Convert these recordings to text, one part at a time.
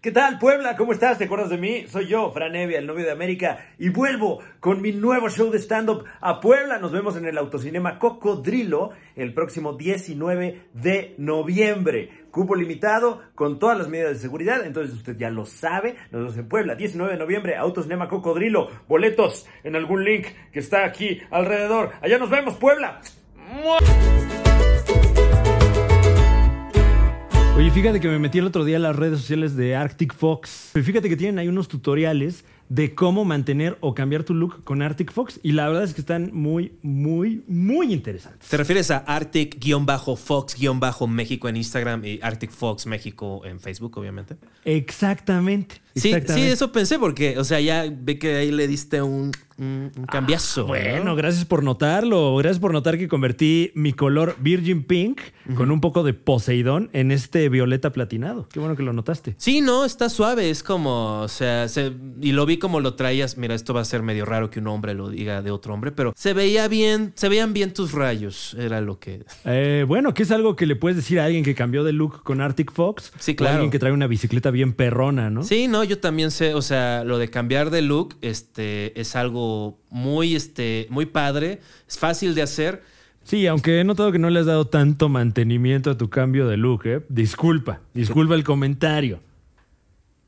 ¿Qué tal, Puebla? ¿Cómo estás? ¿Te acuerdas de mí? Soy yo, Fran Evia, el novio de América, y vuelvo con mi nuevo show de stand-up a Puebla. Nos vemos en el autocinema Cocodrilo el próximo 19 de noviembre. Cupo limitado, con todas las medidas de seguridad, entonces usted ya lo sabe. Nos vemos en Puebla, 19 de noviembre, autocinema Cocodrilo. Boletos en algún link que está aquí alrededor. Allá nos vemos, Puebla. Oye, fíjate que me metí el otro día en las redes sociales de Arctic Fox. Y fíjate que tienen ahí unos tutoriales de cómo mantener o cambiar tu look con Arctic Fox. Y la verdad es que están muy, muy, muy interesantes. ¿Te refieres a Arctic-Fox-México en Instagram y Arctic Fox México en Facebook, obviamente? Exactamente. Sí, sí, exactamente. eso pensé porque, o sea, ya ve que ahí le diste un, un- un cambiazo. Ah, Bueno, ¿no? gracias por notarlo. Gracias por notar que convertí mi color Virgin Pink con un poco de Poseidón en este violeta platinado. Qué bueno que lo notaste. Sí, no, está suave, es como, o sea, se- y lo vi como lo traías, mira, esto va a ser medio raro que un hombre lo diga de otro hombre, pero se veía bien, se veían bien tus rayos, era lo que... Eh, bueno, que es algo que le puedes decir a alguien que cambió de look con Arctic Fox. Sí, O a claro. alguien que trae una bicicleta bien perrona, ¿no? Sí, no, yo también sé, o sea, lo de cambiar de look, este, es algo muy, este, muy padre, es fácil de hacer. Sí, aunque he notado que no le has dado tanto mantenimiento a tu cambio de look, ¿eh? Disculpa, disculpa el comentario.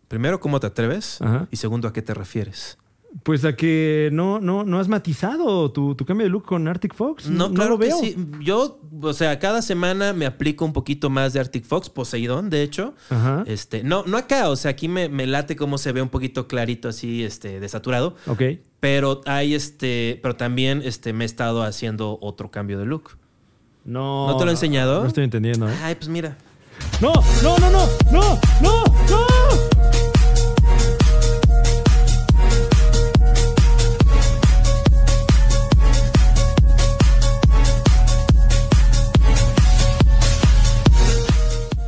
Primero, ¿cómo te atreves? Ajá. Y segundo, ¿a qué te refieres? Pues a que no, no, no has matizado tu, tu cambio de look con Arctic Fox. No, claro Mm, lo que veo. sí. Yo, o sea, cada semana me aplico un poquito más de Arctic Fox, Poseidón, de hecho. Ajá. Este, no, no acá, o sea, aquí me, me late cómo se ve un poquito clarito así, este, desaturado. Ok. Pero hay este, pero también este, me he estado haciendo otro cambio de look. No. ¿No te lo he enseñado? No estoy entendiendo, ¿eh? Ay, pues mira. ¡No! ¡No, no, no! ¡No! ¡No! ¡No!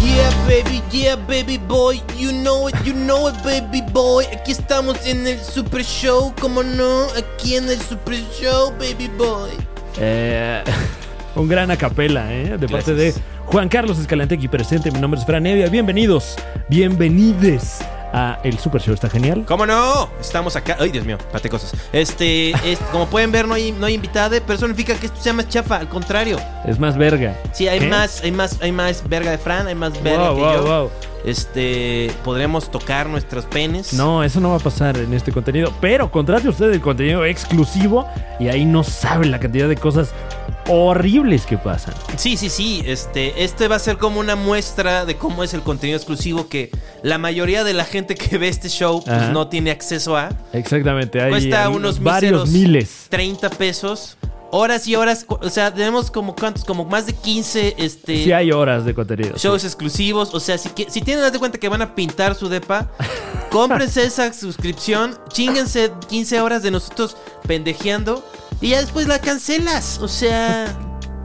Yeah, baby, yeah, baby boy. You know it, you know it, baby boy. Aquí estamos en el Super Show, como no, aquí en el Super Show, baby boy. Eh, Un gran acapela, ¿eh? De parte de Juan Carlos Escalantegui presente. Mi nombre es Fran Evia. Bienvenidos, bienvenides a El Super Show está genial. ¿Cómo no? Estamos acá. Ay, Dios mío, pate cosas. Este, es- como pueden ver, no hay, no hay invitada, pero eso no significa que esto sea más chafa, al contrario. Es más verga. Sí, hay ¿Eh? más, hay más, hay más verga de Fran, hay más verga Wow, que wow, yo. wow. Este, podremos tocar nuestros penes. No, eso no va a pasar en este contenido. Pero contrate usted el contenido exclusivo y ahí no sabe la cantidad de cosas horribles que pasan. Sí, sí, sí. Este, este va a ser como una muestra de cómo es el contenido exclusivo que la mayoría de la gente que ve este show pues, Ajá. no tiene acceso a. Exactamente. Hay Cuesta al- unos varios míseros miles. 30 pesos. Horas y horas. cu- O sea, tenemos como cuántos, como más de 15 este, Si hay horas de contenido. sí. shows exclusivos. O sea, si, que- si tienen haz de cuenta que van a pintar su depa, cómprense esa suscripción, chinguense 15 horas de nosotros pendejeando y ya después la cancelas. O sea.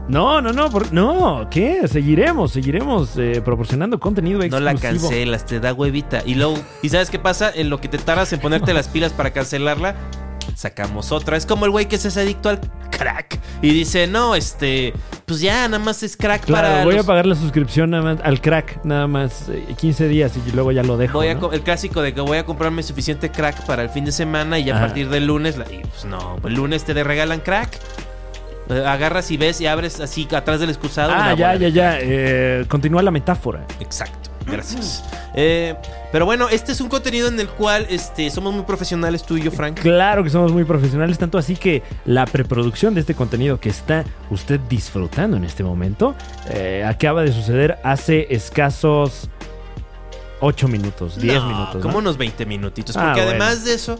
No, no, no, por- no. ¿Qué? Seguiremos, seguiremos eh, proporcionando contenido No exclusivo. la cancelas, te da huevita. Y luego, ¿y sabes qué pasa? En lo que te tardas en ponerte las pilas para cancelarla, sacamos otra. Es como el güey que se hace adicto al crack y dice, no, este, pues ya, nada más es crack Claro, para. voy los- a pagar la suscripción nada más, al crack, nada más eh, 15 días y luego ya lo dejo. voy a ¿no? co- El clásico de que voy a comprarme suficiente crack para el fin de semana y ya a Ajá. partir del lunes, la- y pues no, el lunes te regalan crack. Eh, Agarras y ves y abres así atrás del excusado. Ah, una ya, bola. ya, Mm. ya. eh, continúa la metáfora. Exacto, gracias. Eh, pero bueno, este es un contenido en el cual este, somos muy profesionales tú y yo, Frank. Claro que somos muy profesionales, tanto así que la preproducción de este contenido que está usted disfrutando en este momento eh, acaba de suceder hace escasos 8 minutos, 10 No, minutos. ¿no? Como unos 20 minutitos. Ah, Porque bueno. además de eso,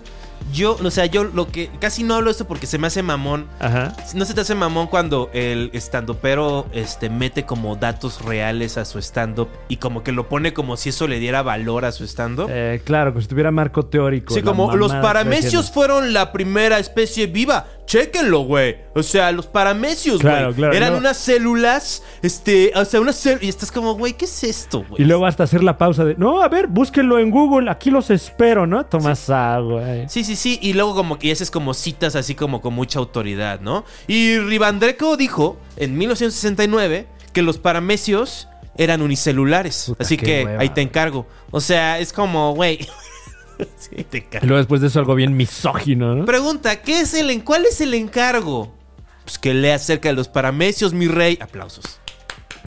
Yo, o sea, yo lo que. Casi no hablo de esto porque se me hace mamón. Ajá. ¿No se te hace mamón cuando el estandopero este, mete como datos reales a su stand-up y como que lo pone como si eso le diera valor a su stand-up? Eh, claro, como si tuviera marco teórico. Sí, la como mamada los que está paramecios haciendo. fueron la primera especie viva. Chéquenlo, güey. O sea, los paramecios, güey. Claro, claro, Eran no. unas células, este, o sea, unas células. Y estás como, güey, ¿qué es esto, güey? Y luego hasta hacer la pausa de, no, a ver, búsquenlo en Google, aquí los espero, ¿no? Tomas agua. eh. Sí, sí, sí. Y luego como que haces como citas así como con mucha autoridad, ¿no? Y Ribandreco dijo en 1969 que los paramecios eran unicelulares. Puta, así qué que hueva, ahí te güey. encargo. O sea, es como, güey. sí, ahí te Y encargo. luego después de eso algo bien misógino, ¿no? Pregunta, ¿qué es el en cuál es el encargo? Pues que lea acerca de los paramecios, mi rey. Aplausos.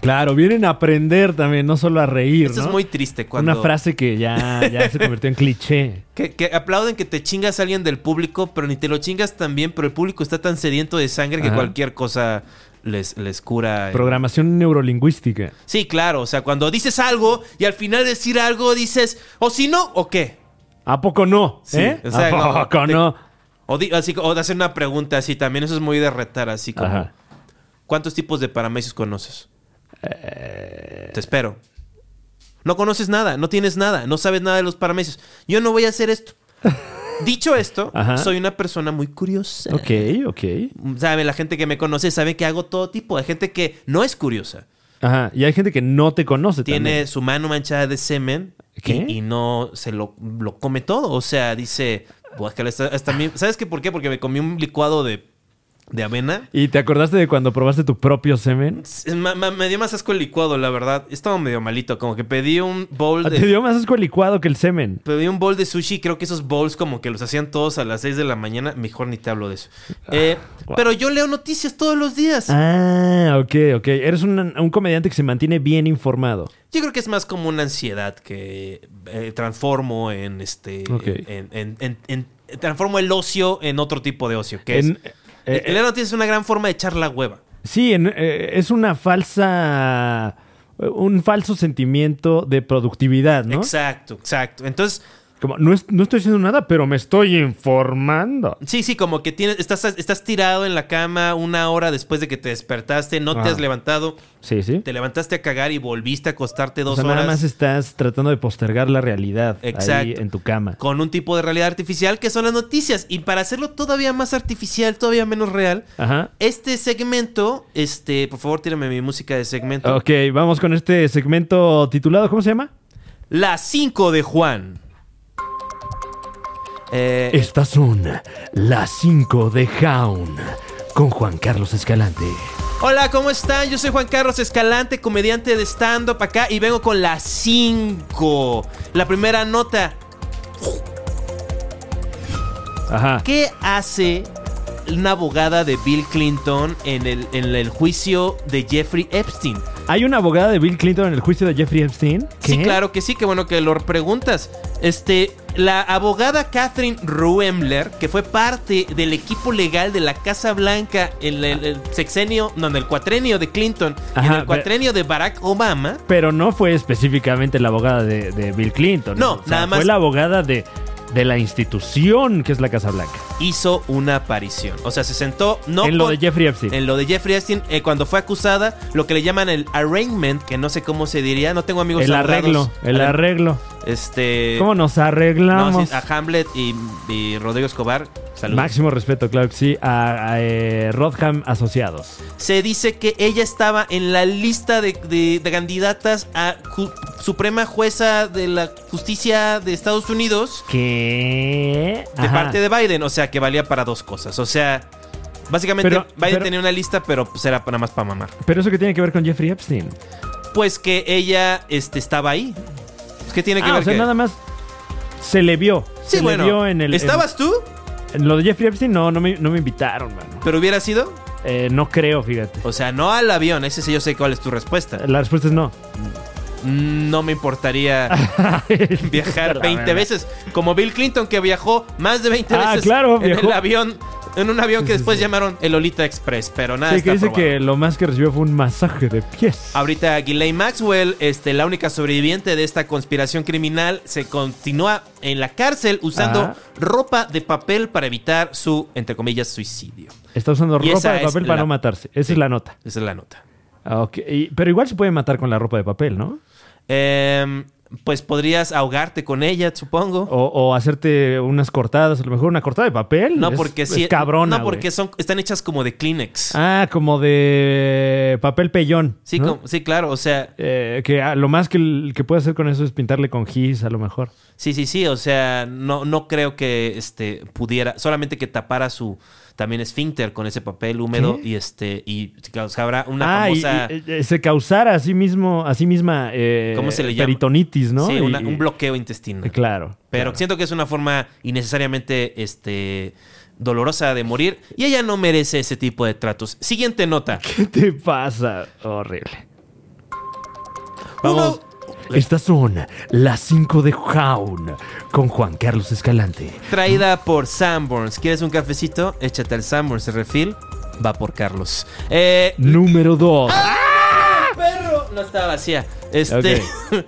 Claro, vienen a aprender también, no solo a reír, Esto ¿no? es muy triste cuando Una frase que ya, ya se convirtió en cliché. que, que aplauden que te chingas a alguien del público, pero ni te lo chingas también, pero el público está tan sediento de sangre que Ajá. cualquier cosa les, les cura. el- Programación neurolingüística. Sí, claro, o sea, cuando dices algo y al final decir algo dices, o si no, o qué. ¿A poco no? Sí, ¿Eh? o sea, no, ¿A poco te- no? O, di- así, o de hacer una pregunta así también, eso es muy de retar, así como, Ajá. ¿cuántos tipos de paramecios conoces? Eh, Te espero. No conoces nada, no tienes nada, no sabes nada de los paramecios. Yo no voy a hacer esto. Dicho esto, Ajá. soy una persona muy curiosa. Ok, ok. Sabe, la gente que me conoce sabe que hago todo tipo. Hay gente que no es curiosa. Ajá. Y hay gente que no te conoce tiene también. su mano manchada de semen ¿Qué? Y, y no se lo, lo come todo. O sea, dice, "Buah, que hasta, hasta a mí- ¿sabes qué por qué? Porque me comí un licuado de, de avena. ¿Y te acordaste de cuando probaste tu propio semen? S- ma- ma- me dio más asco el licuado, la verdad. Estaba medio malito, como que pedí un bowl Ah, de... Te dio más asco el licuado que el semen. Pedí un bowl de sushi, creo que esos bowls como que los hacían todos a las 6 de la mañana. Mejor ni te hablo de eso. Eh, Ah, guau. Pero yo leo noticias todos los días. Ah, ok, ok. Eres un, un comediante que se mantiene bien informado. Yo creo que es más como una ansiedad que eh, transformo en este. Ok. En, en- en- en- en- transformo el ocio en otro tipo de ocio. Que En- es. eh, el noticias es una gran forma de echar la hueva. Sí, en- eh, es una falsa. Un falso sentimiento de productividad, ¿no? Exacto, exacto. Entonces, Como, no, es- no estoy haciendo nada, pero me estoy informando. sí, sí, como que tienes, estás, estás tirado en la cama una hora después de que te despertaste, no te Ajá. has levantado, Sí, sí. te levantaste a cagar y volviste a acostarte O dos sea, horas. nada más estás tratando de postergar la realidad ahí Exacto. en tu cama. con un tipo de realidad artificial que son las noticias. Y para hacerlo todavía más artificial, todavía menos real, Ajá. Este segmento, este, por favor, tírame mi música de segmento. Ok, vamos con este segmento titulado, ¿cómo se llama? La 5 de Juan. Eh, Estas son las 5 de Jaun con Juan Carlos Escalante. Hola, ¿cómo están? Yo soy Juan Carlos Escalante, comediante de stand-up acá y vengo con la 5. La primera nota. Ajá. ¿Qué hace una abogada de Bill Clinton en el, en el juicio de Jeffrey Epstein? ¿Hay una abogada de Bill Clinton en el juicio de Jeffrey Epstein? Sí, ¿Qué? claro que sí, qué bueno que lo preguntas. Este, la abogada Catherine Ruembler, que fue parte del equipo legal de la Casa Blanca en el, el sexenio, no, en el cuatrenio de Clinton y en Ajá, el cuatrenio de Barack Obama. Pero no fue específicamente la abogada de, de Bill Clinton. No, nada más- Fue la abogada de, de la institución que es la Casa Blanca. Hizo una aparición. O sea, se sentó. No en lo con- de Jeffrey Epstein. En lo de Jeffrey Epstein, eh, cuando fue acusada, lo que le llaman el arraignment, que no sé cómo se diría, no tengo amigos El arreglo, abogados. el arreglo. Este. ¿Cómo nos no, arreglamos? sí, a Hamlet y, y Rodrigo Escobar. Saludos. Máximo respeto, claro que sí, a, a, eh, Rodham Asociados. se dice que ella estaba en la lista de, de- de candidatas a ju- Suprema Jueza de la Justicia de Estados Unidos ¿Qué? de parte de Biden. O sea, que valía para dos cosas. O sea, básicamente Pero- Biden pero- tenía una lista, pero pues era nada más para mamar. Pero eso que tiene que ver con Jeffrey Epstein. Pues que ella este, estaba ahí. Pues, ¿Qué tiene que Ah, ver? o sea, que- nada más se le vio. sí, se bueno. le vio en el. en- ¿Estabas tú? en lo de Jeffrey Epstein, no, no me, no me invitaron, mano. ¿Pero hubiera sido? Eh, no creo, fíjate. O sea, no al avión. Ese sí yo sé cuál es tu respuesta. La respuesta es no. No me importaría viajar Ah, La 20 verdad. veces. Como Bill Clinton que viajó más de 20 Ah, veces claro, en viajó. el avión En un avión que después llamaron el Lolita Express, pero nada Sí, Ah, está que dice probado. Ah, que lo más que recibió fue un masaje de pies. Ahorita Ghislaine Maxwell, este, la única sobreviviente de esta conspiración criminal, se continúa en la cárcel usando Ah. ropa de papel para evitar su, entre comillas, suicidio. Está usando Y ropa esa de es papel para la- no matarse. Esa es la nota. Esa es la nota. Ah, ok. Y- pero igual se puede matar con la ropa de papel, ¿no? Em, pues podrías ahogarte con ella, supongo. O, o hacerte unas cortadas, a lo mejor una cortada de papel. no, Oh, es- porque es sí. cabrona. No, porque güey. son, están hechas como de Kleenex. Ah, como de papel pellón. sí, ¿no? como- sí, claro. O sea, Eh, que ah, lo más que, el- que puede hacer con eso es pintarle con gis, a lo mejor. Sí, sí, sí. O sea, no, no creo que este pudiera. Solamente que tapara su también esfínter con ese papel húmedo ¿Qué? y este. Y causara una ah, y- famosa. y, eh, se causara a sí mismo, a sí misma eh, ¿Cómo se le llama? peritonitis, ¿no? Sí, Y- una- y- un bloqueo intestinal. eh, Claro. Pero claro. siento que es una forma innecesariamente este, dolorosa de morir. Y ella no merece ese tipo de tratos. Siguiente nota. ¿Qué te pasa? Horrible. Vamos. Estas son las 5 de Jaun con Juan Carlos Escalante. Traída por Sanborns. ¿Quieres un cafecito? Échate al Sanborns. El refil va por Carlos. Eh, Número 2. ¡Ah! perro. No estaba vacía. Este.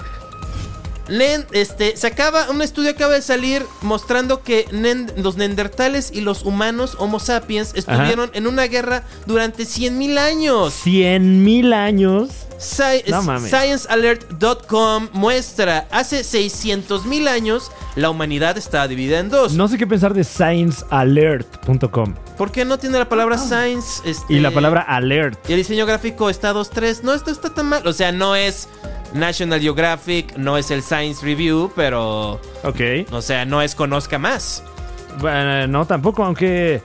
Nen, este, se acaba, un estudio acaba de salir mostrando que nen- los neandertales y los humanos, Homo sapiens, estuvieron en una guerra durante 100.000 años. 100 mil años. Sci- No mames. ScienceAlert.com muestra, hace 600.000 años, la humanidad estaba dividida en dos. No sé qué pensar de sciencealert.com. ¿Por qué no tiene la palabra science? este, Y la palabra alert. Y el diseño gráfico está 2-3. No, esto está tan mal. O sea, no es National Geographic, no es el Science Review, pero... Ok. O sea, no es conozca más. Bueno, no, tampoco, aunque... eh,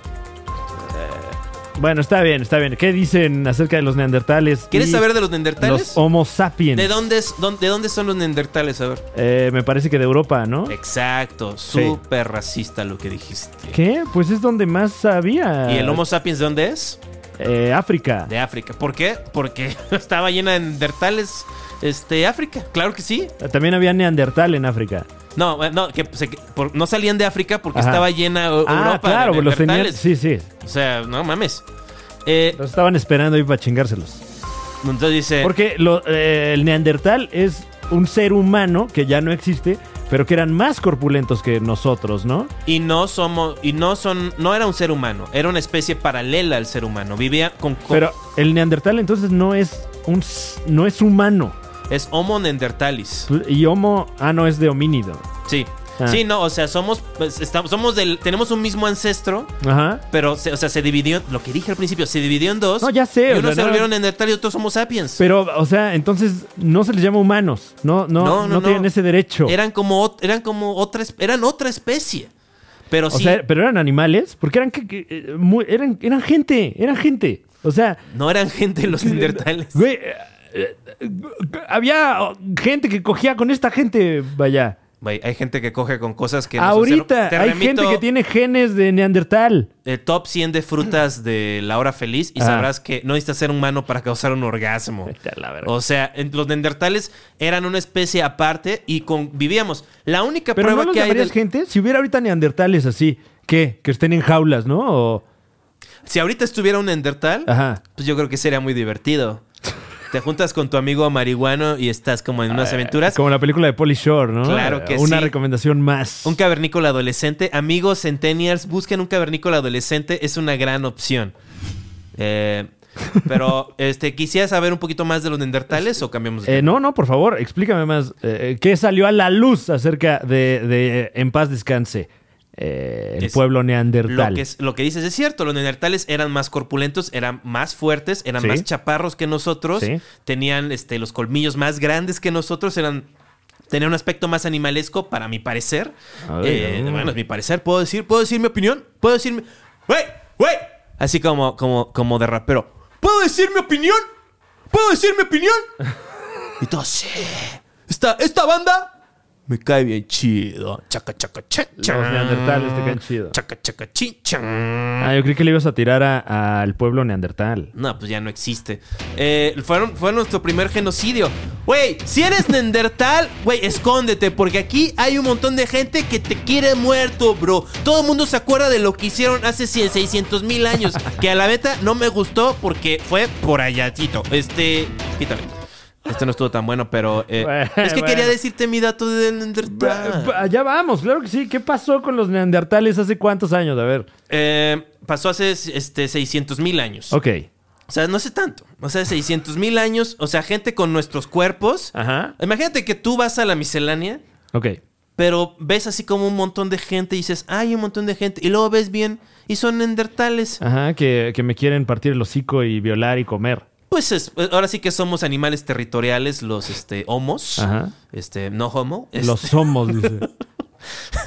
Bueno, está bien, está bien. ¿Qué dicen acerca de los neandertales? ¿Quieres y saber de los neandertales? Los homo sapiens. ¿De dónde, es, dónde- ¿De dónde son los neandertales? A ver. Eh, me parece que de Europa, ¿no? Exacto, súper racista lo que dijiste. ¿Qué? Pues es donde más sabía. ¿Y el Homo sapiens de dónde es? Eh, África. De África. ¿Por qué? Porque estaba llena de neandertales este, África. Claro que sí. También había neandertal en África. No, eh, no, que se- que por- no salían de África porque Ajá. estaba llena eh, ah, Europa claro, de pues los tenían. neandertales. Sí, sí. O sea, no mames. Eh, Los estaban esperando ahí para chingárselos. entonces dice... Porque lo- eh, el neandertal es un ser humano que ya no existe, pero que eran más corpulentos que nosotros, ¿no? Y no somos, y no son, no era un ser humano, era una especie paralela al ser humano. Vivía con, con- Pero el neandertal entonces no es un s- no es humano. es Homo neandertalis. Y homo, ah, no, es de homínido. Sí. Ah. Sí, no, o sea, somos, pues, estamos, somos del, tenemos un mismo ancestro, Ajá. pero, se- o sea, se dividió, lo que dije al principio, se dividió en dos. No, ya sé, o Y unos sea, se no- volvieron neandertal y otros somos sapiens. Pero, o sea, entonces no se les llama humanos. No, no, no, tienen ese derecho. Eran como, ot- eran como otra, es- eran otra especie. Pero O sí, sea, pero eran animales, porque eran, que- que- eh, muy- eran, eran gente, eran gente. O sea, no eran gente los neandertales. güey, eh, eh, eh, había oh, gente que cogía con esta gente, vaya. Güey, hay gente que coge con cosas que... no son Ahorita cero. Te hay remito- gente que tiene genes de neandertal. el top 100 de frutas de la hora feliz y Ah. sabrás que no necesitas ser humano para causar un orgasmo. Vete a la verga. O sea, en- los neandertales eran una especie aparte y convivíamos. La única Pero prueba no los que hay llamarías del- gente. Si hubiera ahorita neandertales así, ¿qué? Que estén en jaulas, ¿no? O- si ahorita estuviera un neandertal, Ajá. pues yo creo que sería muy divertido. Te juntas con tu amigo marihuano y estás como en unas aventuras. Como la película de Polly Shore, ¿no? Claro que Una sí. recomendación más. Un cavernícola adolescente. Amigos centennials, busquen un cavernícola adolescente. Es una gran opción. Eh, pero, este, ¿quisiera saber un poquito más de los neandertales o cambiamos de Eh, no, no, por favor, explícame más. eh, ¿Qué salió a la luz acerca de, de En paz descanse? eh, el Es pueblo neandertal. Lo que, es- lo que dices es cierto, los neandertales eran más corpulentos, eran más fuertes, eran Sí. más chaparros que nosotros, Sí. tenían este, los colmillos más grandes que nosotros, eran tenían un aspecto más animalesco, para mi parecer. Ay, Eh, ay. Bueno, es mi parecer, puedo decir, puedo decir mi opinión, puedo decir mi... ¡Wey! ¡Wey! Así como, como, como de rapero. ¿Puedo decir mi opinión? ¿Puedo decir mi opinión? Y todos, sí. Esta, esta banda Me cae bien chido. Chaca, chaca, cha, cha. Los neandertales te caen chido. Chaca, chaca, chi, cha. Ah, yo creí que le ibas a tirar a- al pueblo neandertal. No, pues ya no existe. Eh, fueron, fue nuestro primer genocidio. Güey, si eres Nendertal, güey, escóndete, porque aquí hay un montón de gente que te quiere muerto, bro. Todo el mundo se acuerda de lo que hicieron hace 100, 600 mil años, que a la beta no me gustó porque fue por allácito. Este, quítame. Este no estuvo tan bueno, pero... eh, Bueno, es que bueno. quería decirte mi dato de Pa- Nendertal. pa- Allá vamos, claro que sí. ¿Qué pasó con los neandertales hace cuántos años? A ver. Eh, pasó hace este, 600 mil años. Ok. O sea, no sé tanto. O sea, 600 mil años. O sea, gente con nuestros cuerpos. Ajá. Imagínate que tú vas a la miscelánea, Ok. pero ves así como un montón de gente y dices, hay un montón de gente. Y luego ves bien y son endertales. Ajá, que, que me quieren partir el hocico y violar y comer. Pues es- ahora sí que somos animales territoriales, los este, homos. Ajá. Este, no homo. Es, Los somos, dice.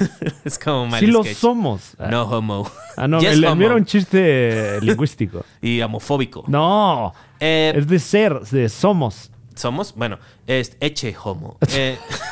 es como mal sí, los sketch. somos. Ah, No homo. Ah, no, Yes, el, el homo. mío era un chiste lingüístico. Y homofóbico. No, Eh, es de ser, de somos. somos, bueno, es eche homo. Eh,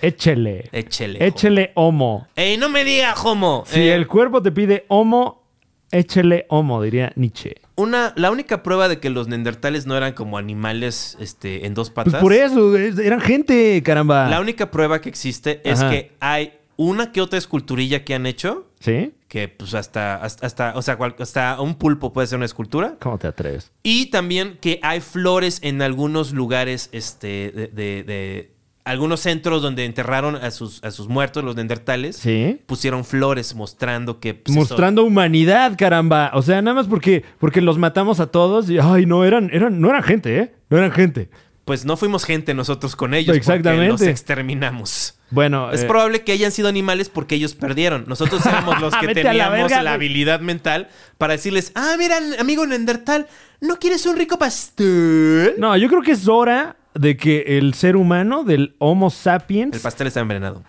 Échele. échele. homo. Échele homo. ¡Ey, no me diga homo! Si Eh, el cuerpo te pide homo, échele homo, diría Nietzsche. una, la única prueba de que los neandertales no eran como animales este, en dos patas. Pues por eso, es- eran gente, caramba. La única prueba que existe es Ajá. que hay una que otra esculturilla que han hecho. ¿Sí? Que pues hasta, hasta, hasta- o sea, cual- hasta un pulpo puede ser una escultura. ¿Cómo te atreves? Y también que hay flores en algunos lugares, este, de, de- de- algunos centros donde enterraron a sus, a sus muertos, los neandertales. Sí. Pusieron flores mostrando que... pues, eso- Mostrando humanidad, caramba. O sea, nada más porque, porque los matamos a todos y, ay, no eran, eran, no eran gente, ¿eh? No eran gente. pues no fuimos gente nosotros con ellos. Exactamente. Exactamente. Porque los exterminamos. Bueno, Es eh, probable que hayan sido animales porque ellos perdieron. Nosotros éramos los que Vete a la teníamos la, verga, güey. habilidad mental para decirles, ah, mira, amigo Neandertal, ¿no quieres un rico pastel? no, yo creo que es hora de que el ser humano, del Homo sapiens, El pastel está envenenado.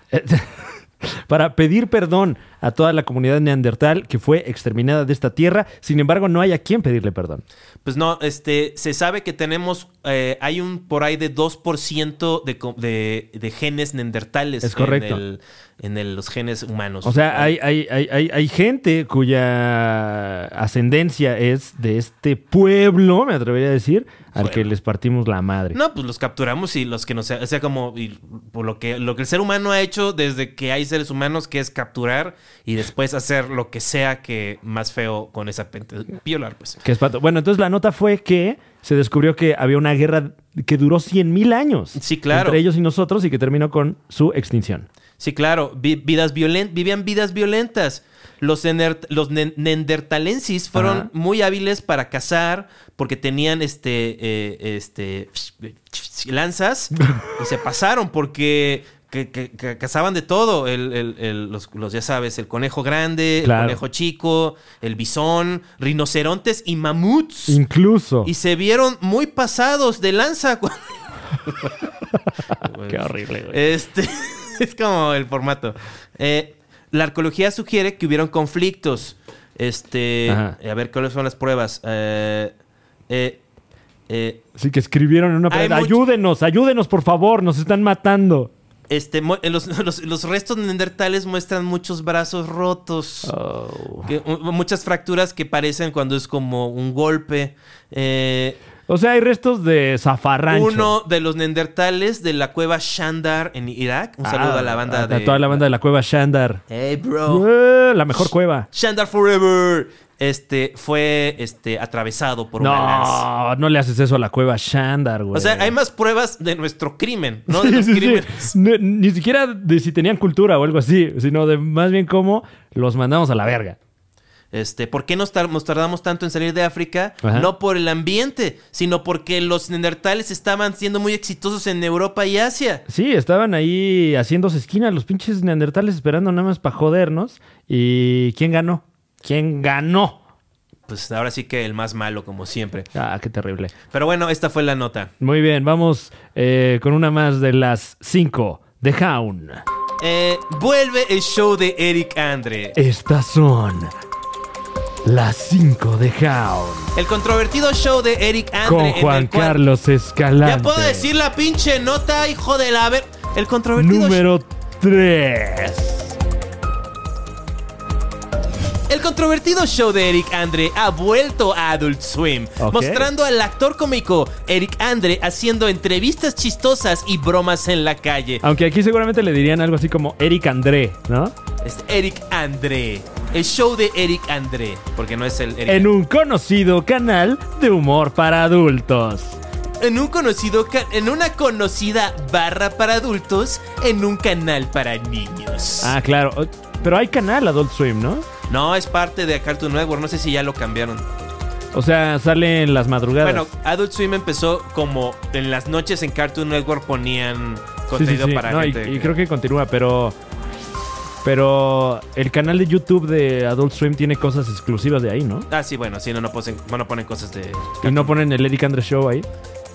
para pedir perdón a toda la comunidad neandertal que fue exterminada de esta tierra. Sin embargo, no hay a quien pedirle perdón. Pues no, este, se sabe que tenemos, eh, hay un por ahí de 2% de, co- de, de genes neandertales. Es correcto. En, el- en el- los genes humanos. O sea, hay, hay, hay, hay, hay gente cuya ascendencia es de este pueblo, me atrevería a decir, al que les partimos la madre. No, pues los capturamos y los que no sea, o sea como y por lo que lo que el ser humano ha hecho desde que hay seres humanos que es capturar y después hacer lo que sea que más feo con esa pente violar pues. Qué espanto. Bueno, entonces la nota fue que se descubrió que había una guerra que duró 100.000 años. Sí, claro. Entre ellos y nosotros y que terminó con su extinción. Sí, claro, vi- vidas violen- vivían vidas violentas. Los, ener- los nen- neandertalensis fueron Ajá. muy hábiles para cazar porque tenían este, eh, este lanzas y se pasaron porque que- que- que cazaban de todo. El- el- el- los, los, ya sabes, el conejo grande, Claro. el conejo chico, el bisón, rinocerontes y mamuts. Incluso. y se vieron muy pasados de lanza. cuando- Qué horrible, güey. Este es como el formato. Eh, la arqueología sugiere que hubieron conflictos. Este, Ajá. eh, a ver cuáles son las pruebas. Eh, eh, eh, Sí, que escribieron en una Hay pared. mucho- Ayúdenos, ayúdenos, por favor, nos están matando. este, mu- eh, los, los- los restos neandertales muestran muchos brazos rotos, Oh. que- mu- muchas fracturas que parecen cuando es como un golpe. Eh, O sea, hay restos de zafarrancho. uno de los neandertales de la cueva Shandar en Irak. Un saludo Ah, a la banda a, de. toda la banda de la cueva Shandar. Hey, bro. Eh, la mejor cueva. Shandar Forever este, fue este, atravesado por una lanza. No, no le haces eso a la cueva Shandar, güey. O sea, hay más pruebas de nuestro crimen, ¿no? De Sí, los sí, sí. crímenes. Ni, ni siquiera de si tenían cultura o algo así, sino de más bien cómo los mandamos a la verga. Este, ¿Por qué nos, tar- nos tardamos tanto en salir de África? Ajá. No por el ambiente, sino porque los neandertales estaban siendo muy exitosos en Europa y Asia. Sí, estaban ahí haciéndose esquina los pinches neandertales esperando nada más para jodernos. ¿Y quién ganó? ¿Quién ganó? Pues ahora sí que el más malo, como siempre. Ah, qué terrible. Pero bueno, esta fue la nota. Muy bien, vamos eh, con una más de las cinco de Hound. Eh, vuelve el show de Eric Andre. Estas son las cinco de Hound El controvertido show de Eric Andre. con en el Juan cual- Carlos Escalante. Ya puedo decir la pinche nota, hijo de la ver. El controvertido Número 3. El controvertido show de Eric Andre ha vuelto a Adult Swim, Ok. mostrando al actor cómico Eric Andre haciendo entrevistas chistosas y bromas en la calle. Aunque aquí seguramente le dirían algo así como Eric André, ¿no? Es Eric Andre. El show de Eric Andre, porque no es el Eric En un conocido canal de humor para adultos. en un conocido ca- en una conocida barra para adultos en un canal para niños. Ah, claro. O- Pero hay canal Adult Swim, ¿no? No, es parte de Cartoon Network, no sé si ya lo cambiaron. O sea, sale en las madrugadas. Bueno, Adult Swim empezó como en las noches en Cartoon Network ponían Sí, sí, contenido sí. para No, y- gente. Y, creo que continúa, pero. Pero el canal de YouTube de Adult Swim tiene cosas exclusivas de ahí, ¿no? Ah, sí, bueno, sí, no, no, posen- bueno, ponen cosas de... Y no ponen el Eric Andre Show ahí.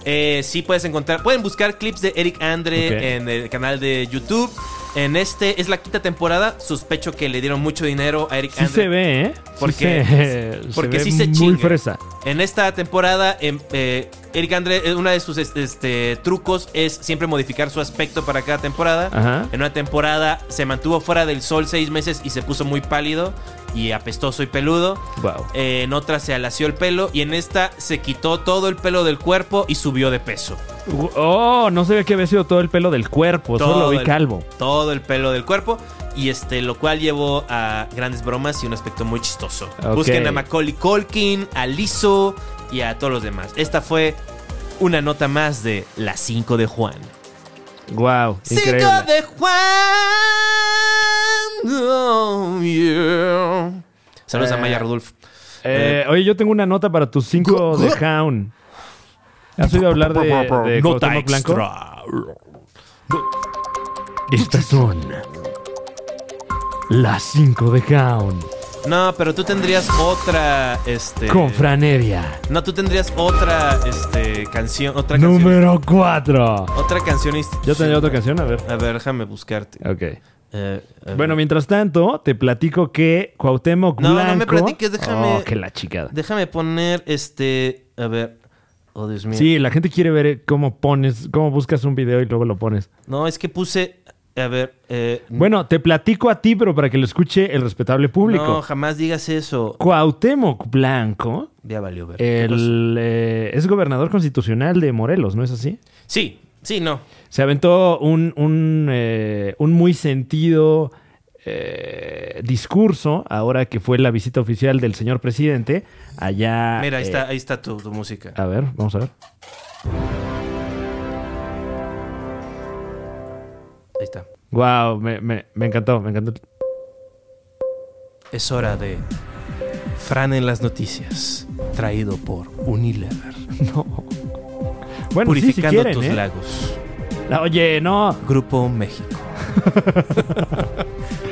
Eh, sí, puedes encontrar, pueden buscar clips de Eric Andre Ok. en el canal de YouTube. En este es la quinta temporada. Sospecho que le dieron mucho dinero a Eric Sí Andre. se ve, ¿eh? Sí Porque- se- porque ve sí se Muy chinga. fresa. En esta temporada, em, eh, Eric Andre, eh, uno de sus es- este, trucos es siempre modificar su aspecto para cada temporada. Ajá. En una temporada se mantuvo fuera del sol seis meses y se puso muy pálido y apestoso y peludo. Wow. Eh, en otra se alació el pelo y en esta se quitó todo el pelo del cuerpo y subió de peso. Oh, no sabía que había sido todo el pelo del cuerpo. Todo solo lo vi el- calvo. Todo el pelo del cuerpo. Y este, lo cual llevó a grandes bromas y un aspecto muy chistoso. Ok. Busquen a Macaulay Colkin, a Lizzo y a todos los demás. Esta fue una nota más de Las 5 de Juan. Wow. 5 Increíble. de Juan. Oh, yeah. Saludos a Eh, Maya Rudolph. Eh, oye, yo tengo una nota para tus 5 de Hound. ¿Has oído hablar de, de Cuauhtémoc Blanco? Estas son las 5 de Hound No, pero tú tendrías otra. Este. con Franevia. No, tú tendrías otra este, canción. Otra canción. Número 4. Otra canción Yo institucional. tendría otra canción, a ver. A ver, déjame buscarte. Ok. Eh, a Bueno, ver. mientras tanto, te platico que Cuauhtémoc No, no me Blanco... platiques, déjame- Oh, que la chicada. déjame poner este. A ver. Oh, Dios mío. Sí, la gente quiere ver cómo pones, cómo buscas un video y luego lo pones. No, es que puse. A ver. eh, Bueno, te platico a ti, pero para que lo escuche el respetable público. No, jamás digas eso. Cuauhtémoc Blanco Ya valió ver. ¿Qué pasó? el, eh, es gobernador constitucional de Morelos, ¿no es así? Sí, sí, no. Se aventó un, un, eh, un muy sentido eh, discurso ahora que fue la visita oficial del señor presidente allá. Mira, ahí eh, está, ahí está tu, tu música. A ver, vamos a ver. Ahí está. Wow, me, me- me encantó, me encantó. Es hora de Fran en las noticias, traído por Unilever. Bueno, sí, si Purificando quieren, tus ¿eh? lagos. La- Oye, no. Grupo México.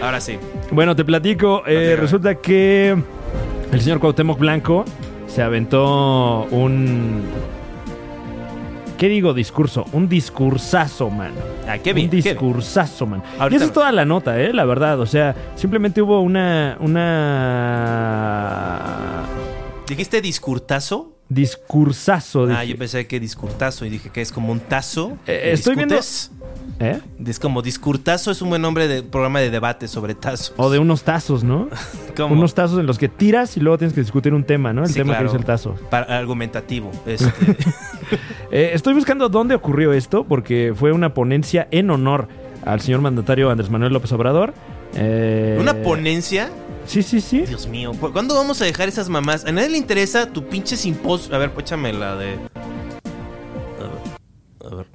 Ahora sí. Bueno, te platico. eh, Platícame. resulta que el señor Cuauhtémoc Blanco se aventó un. ¿Qué digo discurso? Un discursazo, man. Ah, qué bien, Un qué bien. discursazo, man. Y Ahorita- esa es toda la nota, ¿eh? La verdad. O sea, simplemente hubo una. Una. ¿Dijiste discurtazo? Discursazo. Ah, dije. yo pensé que discurtazo y dije que es como un tazo. Eh, ¿Discutes? estoy viendo- ¿Eh? Es como discurtazo es un buen nombre de programa de debate sobre tazos. O de unos tazos, ¿no? ¿Cómo? Unos tazos en los que tiras y luego tienes que discutir un tema, ¿no? El Sí, tema claro. que es el tazo. Para- argumentativo. Este, Eh, estoy buscando dónde ocurrió esto porque fue una ponencia en honor al señor mandatario Andrés Manuel López Obrador. Eh, una ponencia. Sí, sí, sí. Dios mío, ¿cu- ¿cuándo vamos a dejar esas mamás? A nadie le interesa tu pinche simposio. A ver, póchame la de. A ver. A ver.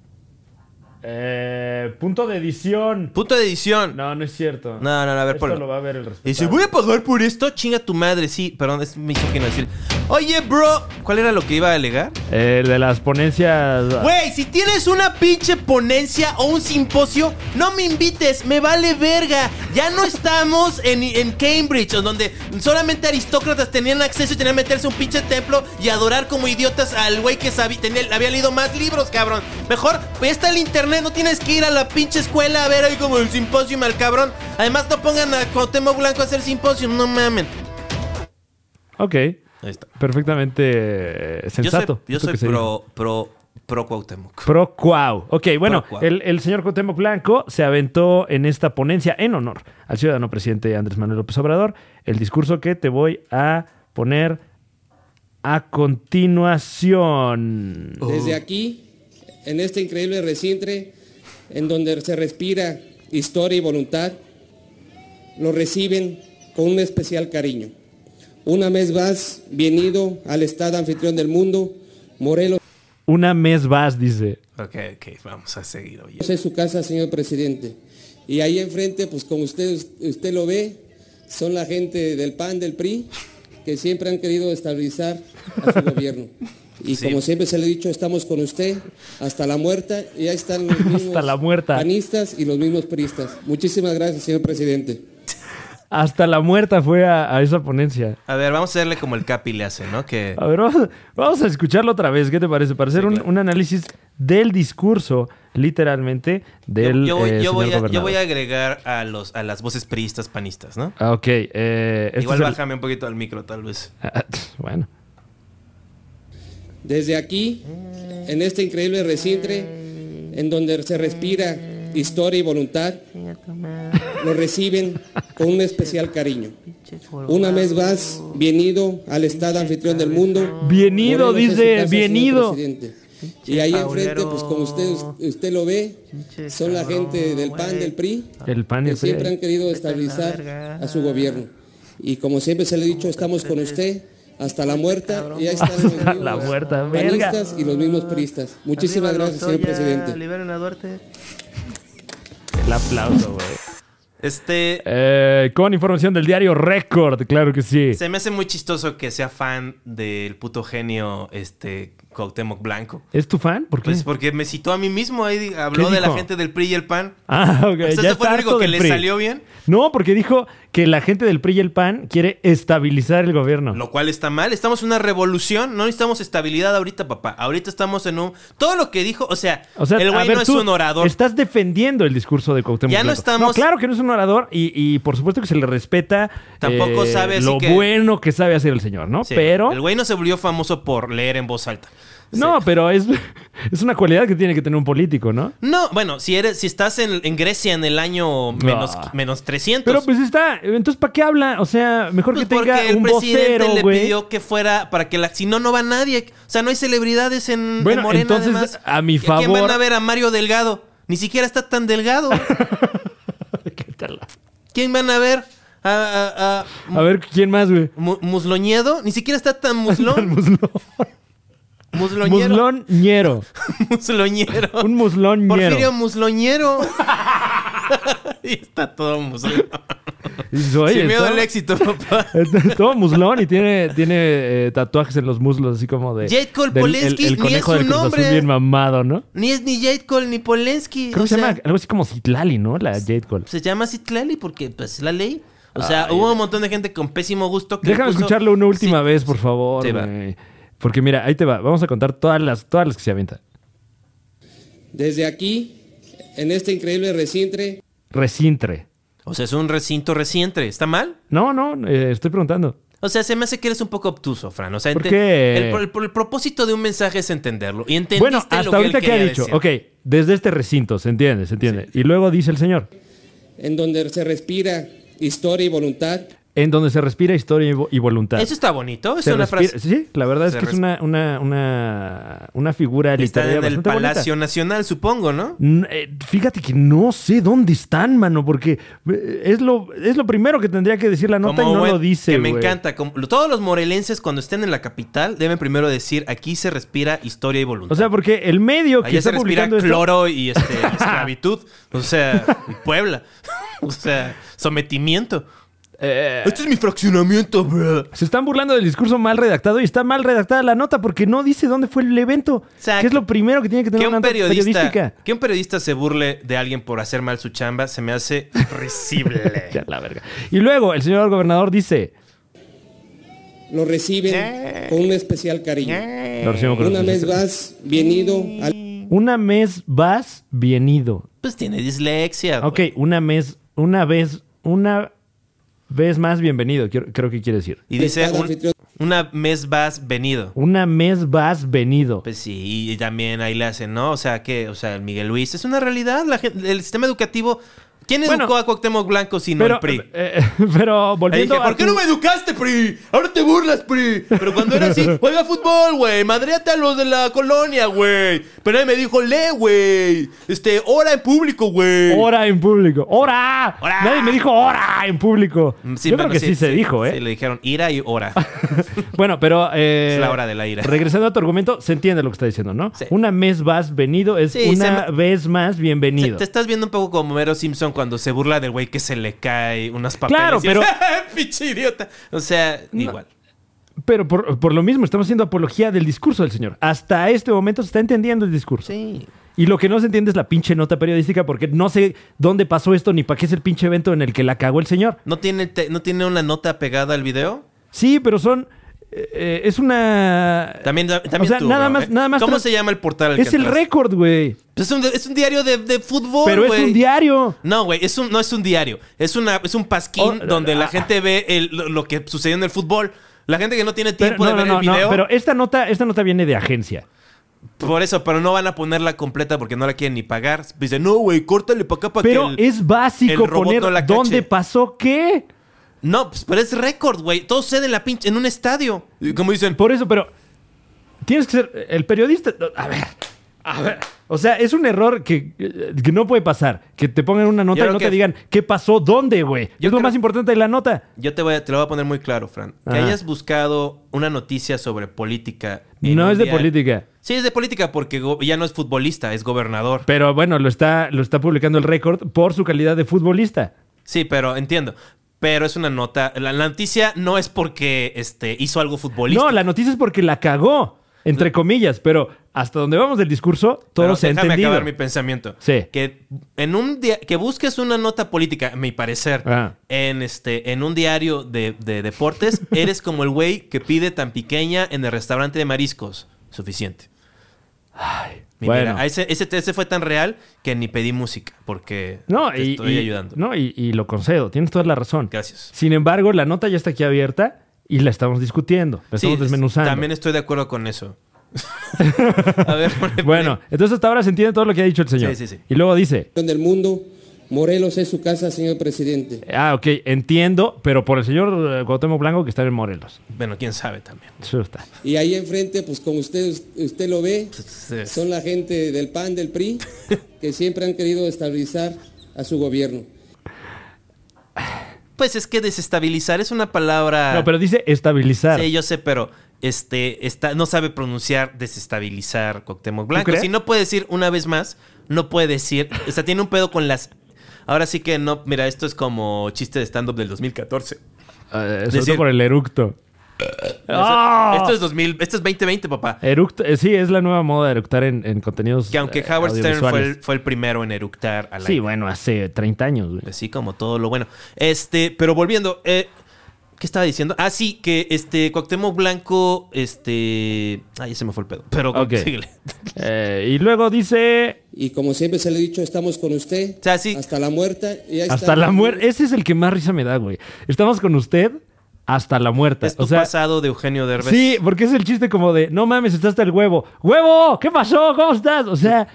Eh, punto de edición. Punto de edición. No, No, no es cierto. no, no, a ver, Esto ponlo. lo va a ver el Y dice, respetable. voy a pagar por esto, chinga tu madre. Sí, perdón, es mi no decir. Oye, bro, ¿cuál era lo que iba a alegar? Eh, de las ponencias. Güey, si tienes una pinche ponencia o un simposio, no me invites, me vale verga. Ya no estamos en, en Cambridge, en donde solamente aristócratas tenían acceso y tenían que meterse a un pinche templo y adorar como idiotas al güey que sabía, tenía- había leído más libros, cabrón. Mejor, pues ya está el internet, no tienes que ir a la pinche escuela a ver ahí como el simposio al cabrón. Además, no pongan a Cuauhtémoc Blanco a hacer simposio, no mamen. Ok, Ahí está. perfectamente eh, sensato. Yo esto soy, que se pro, pro Pro Cuauhtémoc. Pro Cuau. Ok, bueno, Pro Cuau. el, el señor Cuauhtémoc Blanco se aventó en esta ponencia en honor al ciudadano presidente Andrés Manuel López Obrador. El discurso que te voy a poner a continuación. Desde aquí, en este increíble recintre, en donde se respira historia y voluntad, lo reciben con un especial cariño. Una vez más, bienvenido al estado anfitrión del mundo, Morelos Una mes más, dice. Ok, ok, vamos a seguir. Oye. es su casa, señor presidente. Y ahí enfrente, pues como usted, usted lo ve, son la gente del PAN, del PRI, que siempre han querido estabilizar a su gobierno. Y como siempre se le he dicho, estamos con usted hasta la muerta y ahí están los mismos Hasta la muerta. panistas y los mismos priistas. Muchísimas gracias, señor presidente. Hasta la muerta fue a, a esa ponencia. A ver, vamos a hacerle como el Capi le hace, ¿no? Que A ver, vamos, vamos a escucharlo otra vez. ¿Qué te parece? Para hacer un, claro. un análisis del discurso, literalmente, del yo, yo voy, eh, yo voy señor a, yo voy a gobernador. agregar a, los, a las voces priistas panistas, ¿no? Ah, ok. eh, este Igual es el- Ah, bájame un poquito al micro, tal vez. Bueno. Desde aquí, en este increíble recintre, en donde se respira historia y voluntad, lo reciben con un especial cariño. Una vez más, bienvenido al estado anfitrión del mundo. Bienvenido, Morelos es su dice, casa, señor bienvenido. presidente. Y ahí enfrente, pues como usted, usted lo ve, son la gente del PAN, del PRI, El pan y que el siempre han frío. querido estabilizar a su gobierno. Y como siempre se le he dicho, estamos con usted hasta la muerta y ahí están los Hasta la mismos muerta, verga. panistas y los mismos priistas. Muchísimas gracias, señor presidente. Liberen a Duarte. El aplauso, güey. Este. Eh, con información del diario Record, claro que sí. Se me hace muy chistoso que sea fan del puto genio este Cuauhtémoc Blanco. ¿Es tu fan? ¿Por qué? Pues porque me citó a mí mismo ahí, di- habló de la dijo? gente del PRI y el PAN. Ah, ok. Entonces, ya ¿Eso pues, ¿este fue está lo harto único que del le PRI. salió bien? No, porque dijo que la gente del PRI y el PAN quiere estabilizar el gobierno. Lo cual está mal. Estamos en una revolución. No necesitamos estabilidad ahorita, papá. Ahorita estamos en un... Todo lo que dijo, o sea, O sea, el a güey ver, no es tú un orador. Estás defendiendo el discurso de Cuauhtémoc. Ya no Blanco. estamos- claro que no es un orador y, y por supuesto que se le respeta. eh, Tampoco sabe así lo que- bueno que sabe hacer el señor, ¿no? Sí, pero El güey no se volvió famoso por leer en voz alta. no, pero es es una cualidad que tiene que tener un político, ¿no? No, bueno, si eres, si estás en, en Grecia en el año menos, Ah. menos 300... Pero pues está, entonces ¿para qué habla? O sea, mejor Pues que porque tenga el un presidente vocero, le güey. pidió que fuera para que la. Si no, no va nadie. O sea, no hay celebridades en, en Bueno, Morena. entonces, además. a mi ¿Y quién favor- van a ver a Mario Delgado? Ni siquiera está tan delgado. Quítala. ¿Quién van a ver? A, a- a A ver quién más, güey. Mu- Musloñedo. Ni siquiera está tan El muslón. muslón. Musloñero. Muslón ñero. Musloñero. Un muslón Porfirio ñero. Musloñero. y está todo muslón. Y dices, oye, Sin miedo todo- al éxito, papá. Está Todo muslón y tiene, tiene eh, tatuajes en los muslos, así como de. Jade Cole del- Polensky, ni es del un Cruz Azul hombre. bien mamado, ¿no? Ni es ni Jade Cole ni Polensky. Creo o que se sea- llama algo así como Citlali, ¿no? La Jade Cole. se llama Citlali porque pues es la ley. O sea, hubo un montón de gente con pésimo gusto que Déjame puso- escucharlo una última Sí. vez, por favor. Sí, va. güey. Porque mira, ahí te va. Vamos a contar todas las, todas las que se avientan. Desde aquí, en este increíble recintre, Recintre. O sea, es un recinto reciente. ¿Está mal? No, no, eh, estoy preguntando. O sea, se me hace que eres un poco obtuso, Fran. O sea, ¿Por ente- qué? El, el- el propósito de un mensaje es entenderlo. Y entendiste Bueno, lo hasta que ahorita él que ha quería dicho, decir. ok, desde este recinto, se entiende, se entiende. Y luego dice el señor, en donde se respira historia y voluntad, en donde se respira historia y, vo- y voluntad. Eso está bonito. Es Se una respira- frase. Sí, la verdad es Se que es una, una, una, una figura Están literaria en el bastante bonita. Palacio Nacional, supongo, ¿no? N- eh, Fíjate que no sé dónde están, mano, porque eh, es lo, es lo primero que tendría que decir la nota y no buen- lo dice. Que me güey. encanta. como- todos los morelenses, cuando estén en la capital, deben primero decir: aquí se respira historia y voluntad. O sea, porque el medio que Allá se está respira publicando esto- cloro y este, esclavitud. O sea, y Puebla. O sea, sometimiento. Eh. Este es mi fraccionamiento, bro. se están burlando del discurso mal redactado y está mal redactada la nota porque no dice dónde fue el evento. Exacto. Que es lo primero que tiene que tener Que una un, nota periodista, periodística. que un periodista se burle de alguien por hacer mal su chamba se me hace risible. Ya, la verga. Y luego el señor gobernador dice, lo reciben con un especial cariño. Eh, lo recibo con Una los vez brazos. más, bienvenido al una mes vas bienido. pues tiene dislexia. Ok, güey. una mes, una vez, una Ves más bienvenido, quiero- creo que quiere decir. Y dice Cada un- anfitrión. una mes vas venido. Una mes vas venido. Pues sí, y también ahí le hacen, ¿no? O sea, que, o sea, el Miguel Luis es una realidad. La gen- el sistema educativo. ¿Quién Bueno, educó a Cuauhtémoc Blanco si no pero, el PRI? eh, pero Le volviendo dije, a ¿por qué tu- no me educaste, PRI? Ahora te burlas, PRI. Pero cuando era así, juega fútbol, güey. Madreate a los de la colonia, güey. Pero él me dijo, lee, güey. Este, ora en público, güey. Hora en público. ¡Hora! ¡Hora! Nadie me dijo hora en público. Mm, Yo creo bueno, que sí, se dijo, ¿eh? Sí, le dijeron ira y hora. Bueno, pero... eh, Es la hora de la ira. Regresando a tu argumento, se entiende lo que está diciendo, ¿no? Sí. Una mes vas venido es Sí, una se vez más Te, bienvenido. te estás viendo un poco como Homero Simpson cuando se burla del güey que se le cae unas papeles. Claro, Y pero- es, Pinche idiota. O sea, igual. Pero por, por lo mismo, estamos haciendo apología del discurso del señor. Hasta este momento se está entendiendo el discurso. Sí. Y lo que no se entiende es la pinche nota periodística porque no sé dónde pasó esto ni para qué es el pinche evento en el que la cagó el señor. ¿No tiene, te- ¿No tiene una nota pegada al video? Sí, pero son... eh, eh, es una... También, también O sea, tú, nada bro, más- ¿eh? nada más ¿Cómo tras- se llama el portal? al es que el entras? récord, güey. Pues es, un, es un diario de, de fútbol, Pero es güey. un diario. No, güey, es un, no es un diario. Es, una, es un pasquín Oh, donde la gente ve el- lo, lo que sucedió en el fútbol. La gente que no tiene Pero, tiempo no, de ver no, no, el video. no, pero esta nota, esta nota viene de agencia. Por eso, pero no van a ponerla completa porque no la quieren ni pagar. Dicen, no, güey, córtale para acá para Pero que. el- es básico el robot poner no la cache. dónde pasó qué. No, pues, pero es récord, güey. Todo sucede en la pinche, en un estadio. Y Como dicen, Por eso, pero tienes que ser el periodista. A ver, a ver. O sea, es un error que, eh, que no puede pasar. Que te pongan una nota Yo y creo no que- te digan qué pasó, dónde, güey. Es Yo lo creo- más importante de la nota. yo te voy a- te lo voy a poner muy claro, Fran. Que Ajá. hayas buscado una noticia sobre política. en No un es de diario- política. Sí, es de política porque go- ya no es futbolista, es gobernador. Pero bueno, lo está, lo está publicando el récord por su calidad de futbolista. Sí, pero entiendo. Pero es una nota. La, la noticia no es porque este, hizo algo futbolístico. No, la noticia es porque la cagó, entre comillas. Pero hasta donde vamos del discurso, todo Pero se ha déjame entendido. acabar mi pensamiento. Sí. Que en un dia- que busques una nota política, a mi parecer, Ah. en este, en un diario de, de deportes, eres como el güey que pide tan pequeña en el restaurante de mariscos. Suficiente. Mi bueno. mira, ese, ese, ese fue tan real que ni pedí música porque No, te y, estoy y- ayudando. No, y, y lo concedo, tienes toda la razón. Gracias. Sin embargo, la nota ya está aquí abierta y la estamos discutiendo, la Sí, estamos es- desmenuzando. También estoy de acuerdo con eso. a ver, ponle Bueno, entonces hasta ahora se entiende todo lo que ha dicho el señor. Sí, sí, sí. Y luego dice, del mundo. Morelos es su casa, señor presidente. ah, ok, entiendo, pero por el señor eh, Cuauhtémoc Blanco que está en Morelos. play. Bueno, quién sabe también. Eso está. Y ahí enfrente, pues como usted, usted lo ve, son la gente del PAN, del PRI, que siempre han querido estabilizar a su gobierno. Pues es que desestabilizar es una palabra. No, pero dice estabilizar. Ah. Sí, yo sé, pero este está, no sabe pronunciar desestabilizar Cuauhtémoc Blanco. crees? Si no puede decir una vez más, no puede decir. O sea, tiene un pedo con las. Ahora sí que no. Mira, esto es como chiste de stand-up del 2014. Eh, sobre decir- todo por el eructo. ¡Ah! Esto es 2000, esto es 2020, papá. Eructo, eh, sí, es la nueva moda de eructar en, en contenidos Que aunque eh, Howard Stern fue audiovisuales. el, fue el primero en eructar al Sí, aire. bueno, hace 30 años, güey. Así como todo lo bueno. Este, pero volviendo, eh, ¿qué estaba diciendo? Ah, sí, que este Cuauhtémoc Blanco, este. Ay, ya se me fue el pedo. Pero Ok. síguele. Eh, y luego dice Y como siempre se le he dicho, estamos con usted O sea, sí. hasta la muerte. Y ahí Hasta está. la muerte. Ese es el que más risa me da, güey. Estamos con usted hasta la muerte. Es tu o sea, pasado de Eugenio Derbez. sí, porque es el chiste como de, no mames, está hasta el huevo. ¡Huevo! ¿Qué pasó? ¿Cómo estás? O sea,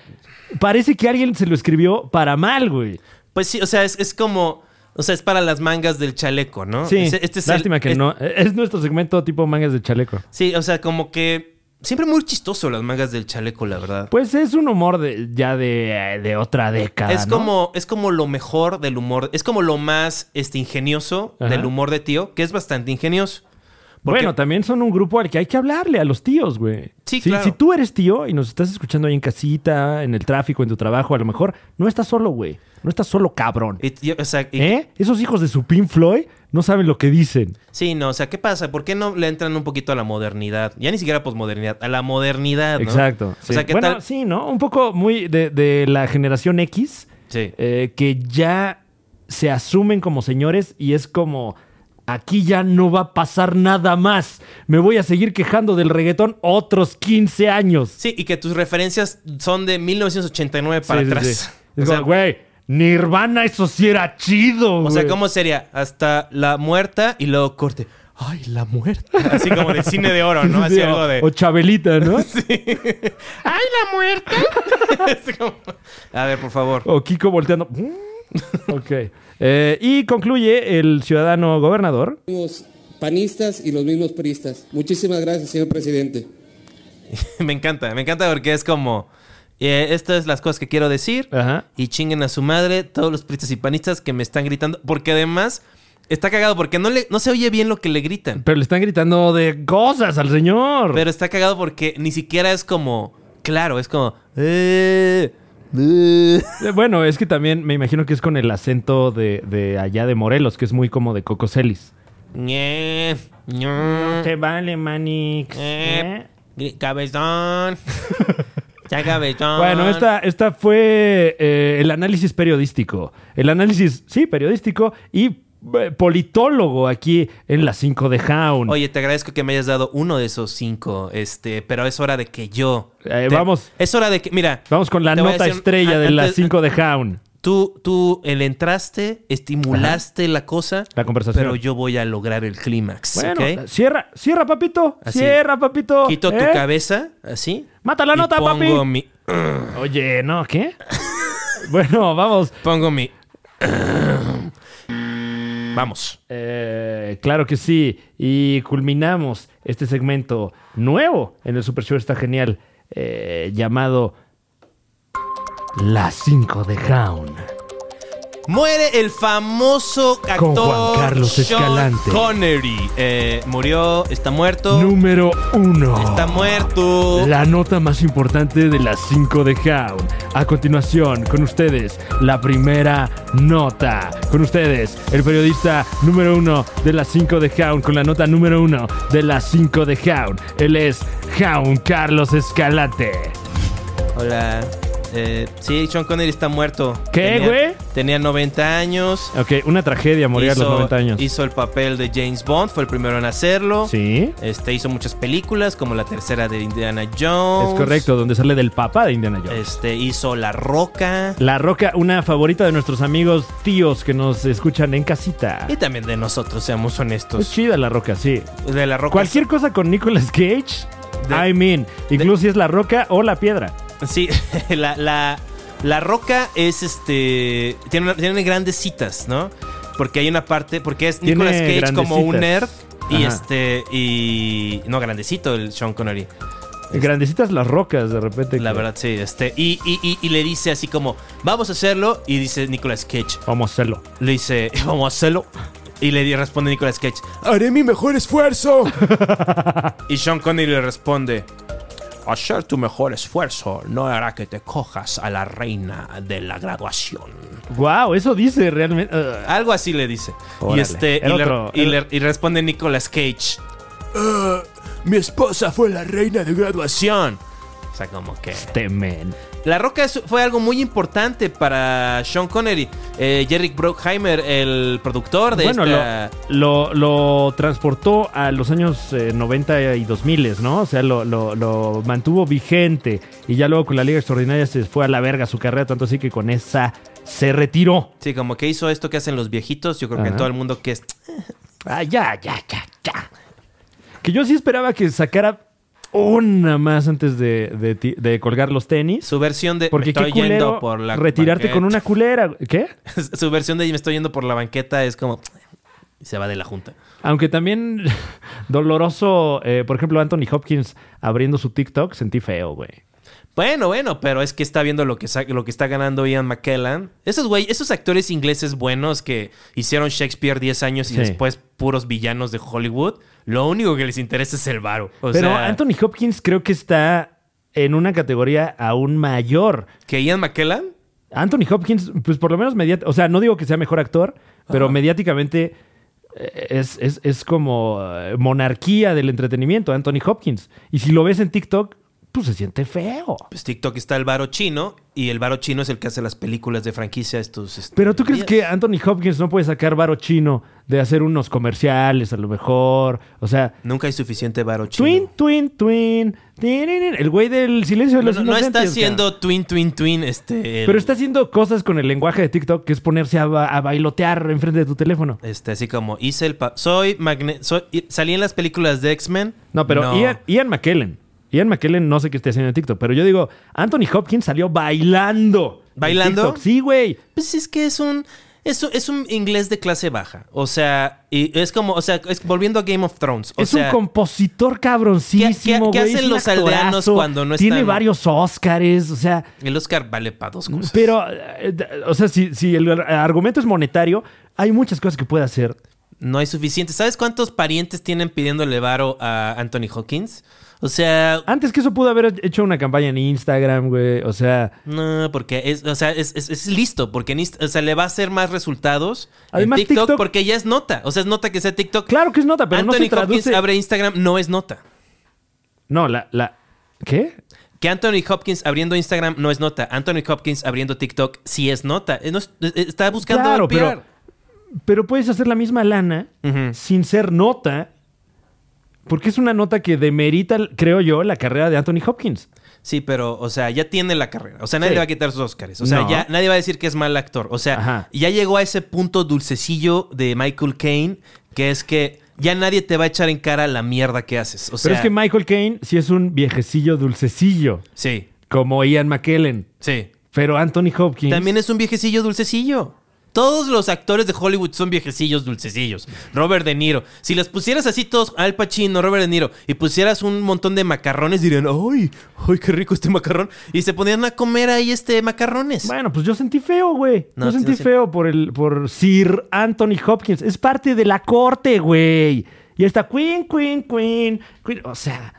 parece que alguien se lo escribió para mal, güey. Pues sí, o sea, es, es como. O sea, es para las mangas del chaleco, ¿no? Sí, Ese- este es el- lástima que es- no. Es nuestro segmento tipo mangas de chaleco. Sí, o sea, como que. Siempre muy chistoso las mangas del chaleco, la verdad. Pues es un humor de- ya de, de otra década. es ¿no? como, es como lo mejor del humor, es como lo más este, ingenioso Ajá. del humor de tío, que es bastante ingenioso. Porque- Bueno, también son un grupo al que hay que hablarle, a los tíos, güey. Sí, si, claro. si tú eres tío y nos estás escuchando ahí en casita, en el tráfico, en tu trabajo, a lo mejor no estás solo, güey. No estás solo, cabrón. y- y- o sea, y- ¿Eh? Esos hijos de su Pink Floyd no saben lo que dicen. Sí, no, o sea, ¿qué pasa? ¿Por qué no le entran un poquito a la modernidad? Ya ni siquiera a posmodernidad, a la modernidad, ¿no? Exacto. sí. O sea, ¿qué bueno, tal? sí, ¿no? Un poco muy de, de la generación X, Sí. eh, que ya se asumen como señores y es como, aquí ya no va a pasar nada más. Me voy a seguir quejando del reggaetón otros 15 años. Sí, y que tus referencias son de 1989 para Sí, sí, atrás. sí. Es O sea, como, güey, Nirvana, eso sí era chido, O sea, güey. ¿cómo sería? Hasta la muerta y luego corte. Ay, la muerta. Así como de cine de oro, ¿no? Así Sí, o- algo de. O Chabelita, ¿no? ¡Ay, la muerta! Así como- A ver, por favor. O Kiko volteando. Mm. ok. Eh, y concluye el ciudadano gobernador. Los panistas y los mismos priistas. Muchísimas gracias, señor presidente. Oh. Me encanta, me encanta porque es como. eh, estas son las cosas que quiero decir. Ajá. Y chinguen a su madre todos los priistas y panistas que me están gritando. Porque además está cagado porque no, le, no se oye bien lo que le gritan. Pero le están gritando de cosas al señor. Pero está cagado porque ni siquiera es como. Claro, es como. "Eh, eh". Eh, Bueno, es que también me imagino que es con el acento de, de allá de Morelos, que es muy como de Cocoselis. Ñe, ño, Te vale, Manix. eh, gri- Cabezón. Ya cabezón. Bueno, esta, esta fue eh, el análisis periodístico. El análisis, sí, periodístico y eh, politólogo aquí en las 5 de Jaun. Oye, te agradezco que me hayas dado uno de esos cinco, este, pero es hora de que yo. Eh, te- vamos. Es hora de que, mira, Vamos con la te voy a nota decir- estrella a- de las antes- eh, 5 de Jaun. Tú, tú eh, le entraste, estimulaste la cosa. La conversación. Pero yo voy a lograr el clímax, Bueno, ¿ok? cierra, cierra, papito. Así. Cierra, papito. Quito tu ¿Eh? cabeza, así. Mata la y nota, papi. pongo Mi, Oye, no, ¿qué? bueno, vamos. pongo mi... Vamos. Eh, claro que sí. Y culminamos este segmento nuevo en el Super Show está genial eh, llamado Las 5 de Hound. Muere el famoso actor Con Juan Carlos Sean Escalante. Connery. Eh, murió, está muerto. Número 1. Está muerto. La nota más importante de las 5 de Hound. A continuación, con ustedes, la primera nota. Con ustedes, el periodista número 1 de las 5 de Hound, con la nota número 1 de las 5 de Hound. Él es Hound Carlos Escalante. Hola. Eh, sí, Sean Connery está muerto. ¿Qué, Tenía- güey? Tenía 90 años. Ok, una tragedia morir a los 90 años. hizo el papel de James Bond, fue el primero en hacerlo. Sí, Este, hizo muchas películas, como la tercera de Indiana Jones. es correcto, donde sale del papá de Indiana Jones. Este, hizo La Roca. La Roca, una favorita de nuestros amigos tíos que nos escuchan en casita. Y también de nosotros, seamos Es honestos. chida La Roca, sí. De La Roca. Cualquier cosa con Nicolas Cage, De- I mean, incluso si es la roca o la piedra. Sí, la, la, la roca es este. Tiene, una- tiene grandes citas, ¿no? Porque hay una parte. Porque es Tiene Nicolas Cage grandes como un citas. nerd. Y Ajá. este. Y. No, grandecito el Sean Connery. Grandecitas las rocas de repente. La que verdad, sí. Este, y, y, y, y le dice así como: Vamos a hacerlo. Y dice Nicolas Cage. Vamos a hacerlo. Le dice: Vamos a hacerlo. Y le di- responde Nicolas Cage: Haré mi mejor esfuerzo. Y Sean Connery le responde: Hacer tu mejor esfuerzo no hará que te cojas a la reina de la graduación. Wow, eso dice realmente. uh, Algo así le dice. Órale. Y este. El y, le- otro, y el- le- y responde Nicolas Cage. "Ah, mi esposa fue la reina de graduación. O sea, como que. este men. La Roca es- fue algo muy importante para Sean Connery. Eh, Jerry Bruckheimer, el productor de Bueno, esta- lo, lo, lo transportó a los años eh, 90 y 2000, ¿no? O sea, lo, lo, lo mantuvo vigente. Y ya luego con la Liga Extraordinaria se fue a la verga su carrera, tanto así que con esa se retiró. Sí, como que hizo esto que hacen los viejitos. Yo creo que en Ajá. todo el mundo que es. Ah, ya, ya, ya, ya. Que yo sí esperaba que sacara una más antes de, de ti- de colgar los tenis. Su versión de. Porque me estoy qué culero yendo por la. retirarte con banqueta. una culera. ¿Qué? Su versión de me estoy yendo por la banqueta es como. y se va de la junta. Aunque también doloroso, eh, por ejemplo, Anthony Hopkins abriendo su TikTok, sentí feo, güey. Bueno, bueno, pero es que está viendo lo que, sa- lo que está ganando Ian McKellen. Esos güey, esos actores ingleses buenos que hicieron Shakespeare 10 años y Sí. después puros villanos de Hollywood, lo único que les interesa es el varo. O Pero sea, Anthony Hopkins creo que está en una categoría aún mayor. que Ian McKellen Anthony Hopkins, pues por lo menos mediáticamente, o sea, no digo que sea mejor actor, pero mediáticamente eh, es, es- es como eh, monarquía del entretenimiento, Anthony Hopkins. Y si lo ves en TikTok, pues se siente feo. Pues TikTok está el varo chino y el varo chino es el que hace las películas de franquicia estos. este, Pero tú crees días. que Anthony Hopkins no puede sacar varo chino de hacer unos comerciales a lo mejor. O sea, nunca hay suficiente varo chino? twin, twin, twin. tiririn, El güey del silencio de No, los no, no está inocentes, cabrón. haciendo twin, twin, twin, este. el- Pero está haciendo cosas con el lenguaje de TikTok, que es ponerse a, ba- a bailotear enfrente de tu teléfono. Este, así como hice el pa- soy magne soy y- salí en las películas de X-Men. No, pero Ian, Ian McKellen. Ian McKellen no sé qué está haciendo en TikTok, pero yo digo, Anthony Hopkins salió bailando. en ¿Bailando? TikTok. Sí, güey. Pues es que es un es, un- es un inglés de clase baja. O sea, y es como, o sea, es volviendo a Game of Thrones. O es sea, un compositor cabroncísimo, ¿qué- qué güey. Es hacen un los aldeanos actorazo, cuando no Tiene están? varios Óscares, o sea... el Oscar vale para dos cosas. Pero, eh, d- o sea, si, si el ar- argumento es monetario, hay muchas cosas que puede hacer. No hay suficiente. ¿Sabes cuántos parientes tienen pidiéndole varo a Anthony Hawkins? O sea, Antes que eso pudo haber hecho una campaña en Instagram, güey. O sea, no, porque es, o sea, es, es- es listo, porque en Inst- o sea, le va a hacer más resultados Además, en TikTok, TikTok- porque ya es nota. O sea, es nota que sea TikTok. claro que es nota, pero Anthony no se Hopkins traduce... abre Instagram, no es nota. No, la, la... ¿Qué? Que Anthony Hopkins abriendo Instagram no es nota. Anthony Hopkins abriendo TikTok sí es nota. Eh, no es- eh, está buscando Claro, el PR. pero, pero puedes hacer la misma lana Ujú. sin ser nota. Porque es una nota que demerita, creo yo, la carrera de Anthony Hopkins. Sí, pero, o sea, ya tiene la carrera. O sea, nadie Sí. le va a quitar sus Oscars. O sea, No. ya nadie va a decir que es mal actor. O sea, Ajá. ya llegó a ese punto dulcecillo de Michael Caine, que es que ya nadie te va a echar en cara la mierda que haces. O sea, pero es que Michael Caine sí es un viejecillo dulcecillo, sí, como Ian McKellen. sí. Pero Anthony Hopkins. También es un viejecillo dulcecillo. Todos los actores de Hollywood son viejecillos dulcecillos. Robert De Niro. Si los pusieras así todos, Al Pacino, Robert De Niro, y pusieras un montón de macarrones, dirían, ¡ay! ¡Ay, qué rico este macarrón! Y se ponían a comer ahí este macarrones. Bueno, pues yo sentí feo, güey. No, yo sí, sentí sí. feo por el por Sir Anthony Hopkins. Es parte de la corte, güey. Y está Queen, Queen, Queen, Queen. O sea,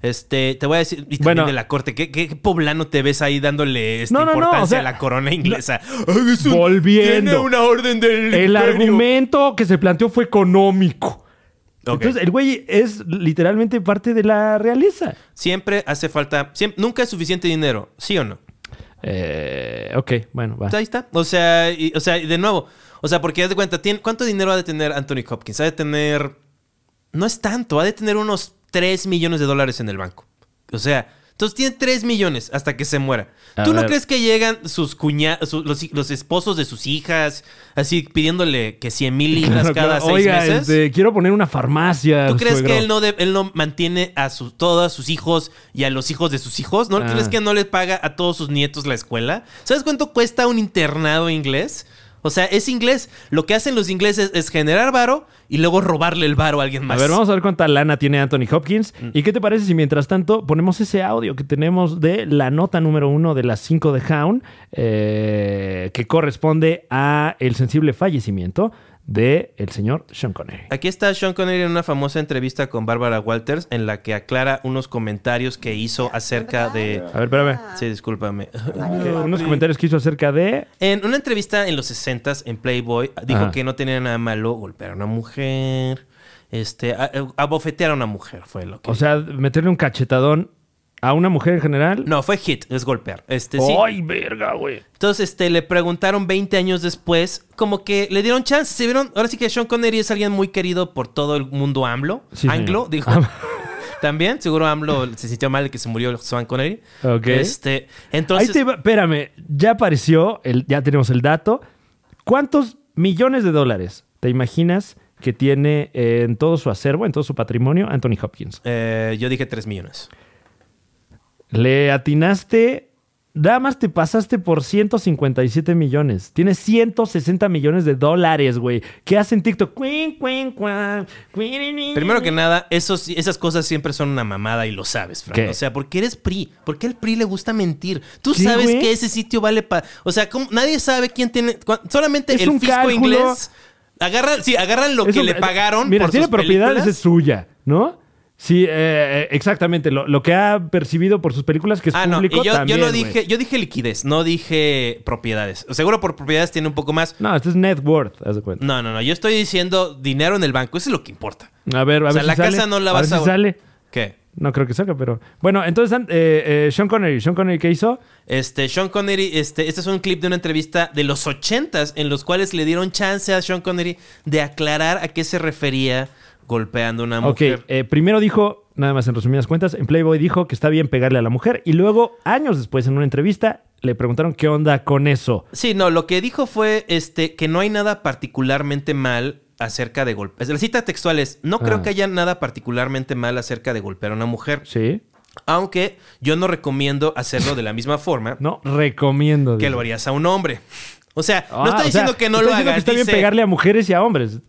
Este, te voy a decir, y también Bueno. de la corte, ¿qué, qué poblano te ves ahí dándole esta No, no, no, importancia o sea, a la corona inglesa? Ay, es un- Volviendo. Tiene una orden del el imperio. argumento que se planteó fue económico. Ok. Entonces, el güey es literalmente parte de la realeza. Siempre hace falta, siem- nunca es suficiente dinero, ¿sí o no? Eh, ok, bueno, va. Pues Ahí está. O sea, y- o sea, y de nuevo. O sea, porque haz de cuenta, ¿tien- ¿cuánto dinero ha de tener Anthony Hopkins? Ha de tener. No es tanto, ha de tener unos 3 millones de dólares en el banco. O sea, entonces tiene 3 millones hasta que se muera. A ¿Tú no ver. crees que llegan sus cuñados, los, hi- los esposos de sus hijas, así pidiéndole que 100 mil libras Claro, cada claro. 6 Oiga, meses? este, quiero poner una farmacia. ¿Tú crees suegro. que él no, de- él no mantiene a sus todos sus hijos y a los hijos de sus hijos? ¿No Ah. crees que no les paga a todos sus nietos la escuela? ¿Sabes cuánto cuesta un internado inglés? O sea, es inglés. Lo que hacen los ingleses es generar varo y luego robarle el varo a alguien A más. Mm. ver, vamos a ver cuánta lana tiene Anthony Hopkins. ¿Y qué te parece si mientras tanto ponemos ese audio que tenemos de la nota número uno de las cinco de Hound, eh, que corresponde a el sensible fallecimiento de el señor Sean Connery? Aquí está Sean Connery en una famosa entrevista con Barbara Walters en la que aclara unos comentarios que hizo acerca de... A ver, espérame. Sí, discúlpame. Eh, unos comentarios que hizo acerca de... En una entrevista en los 60 en Playboy, dijo Ajá. que no tenía nada malo golpear a una mujer, este, a- a- abofetear a una mujer, fue lo que. O sea, meterle un cachetadón a una mujer en general. no, fue hit, es golpear. Este, sí. ¡Ay, verga, güey! Entonces, este, le preguntaron 20 años después, como que le dieron chance, se vieron. Ahora sí que Sean Connery es alguien muy querido por todo el mundo AMLO. Sí, señor. Ah. anglo, dijo. También, seguro AMLO se sintió mal de que se murió Sean Connery. Ok. Este, entonces. Ahí te va- espérame, ya apareció, el, ya tenemos el dato. ¿Cuántos millones de dólares te imaginas que tiene eh, en todo su acervo, en todo su patrimonio, Anthony Hopkins? eh, yo dije 3 millones. Le atinaste, nada más te pasaste por 157 millones. Tiene 160 millones de dólares, güey. ¿Qué hacen TikTok? Cuin, cuin, cuan, cuirirín. Primero que nada, esos, esas cosas siempre son una mamada y lo sabes, Fran. ¿Qué? O sea, porque eres PRI. Porque al PRI le gusta mentir. Tú ¿Qué, sabes güey? que ese sitio vale para. O sea, ¿cómo? nadie sabe quién tiene. cua- Solamente Es el un fisco cálculo. inglés. Agarran, sí, agarran lo Es que un- eh, le pagaron. Mira, por tiene sus propiedades, películas. es suya, ¿no? Sí, eh, exactamente. Lo, lo que ha percibido por sus películas, que es Ah, no, y público, yo, también, yo no güey. dije, yo dije liquidez, no dije propiedades. Seguro por propiedades tiene un poco más. No, esto es net worth, haz de cuenta. No, no, no. Yo estoy diciendo dinero en el banco, eso es lo que importa. A ver, a O sea, ver si la sale. casa no la a ver vas si a- sale. ¿Qué? No creo que salga, pero. Bueno, entonces, an- eh, eh, Sean Connery. ¿Sean Connery qué hizo? Este, Sean Connery, este, este es un clip de una entrevista de los ochentas en los cuales le dieron chance a Sean Connery de aclarar a qué se refería golpeando a una Ok, mujer. eh, primero dijo, nada más en resumidas cuentas, en Playboy dijo que está bien pegarle a la mujer. Y luego, años después, en una entrevista, le preguntaron qué onda con eso. Sí, no, lo que dijo fue este, que no hay nada particularmente mal acerca de golpear. La cita textual es, no creo Ah. que haya nada particularmente mal acerca de golpear a una mujer, Sí. aunque yo no recomiendo hacerlo de la misma forma No recomiendo. que dice. lo harías a un hombre. O sea, Ah, no está o sea, diciendo que no está lo diciendo hagas. que está bien dice- pegarle a mujeres y a hombres.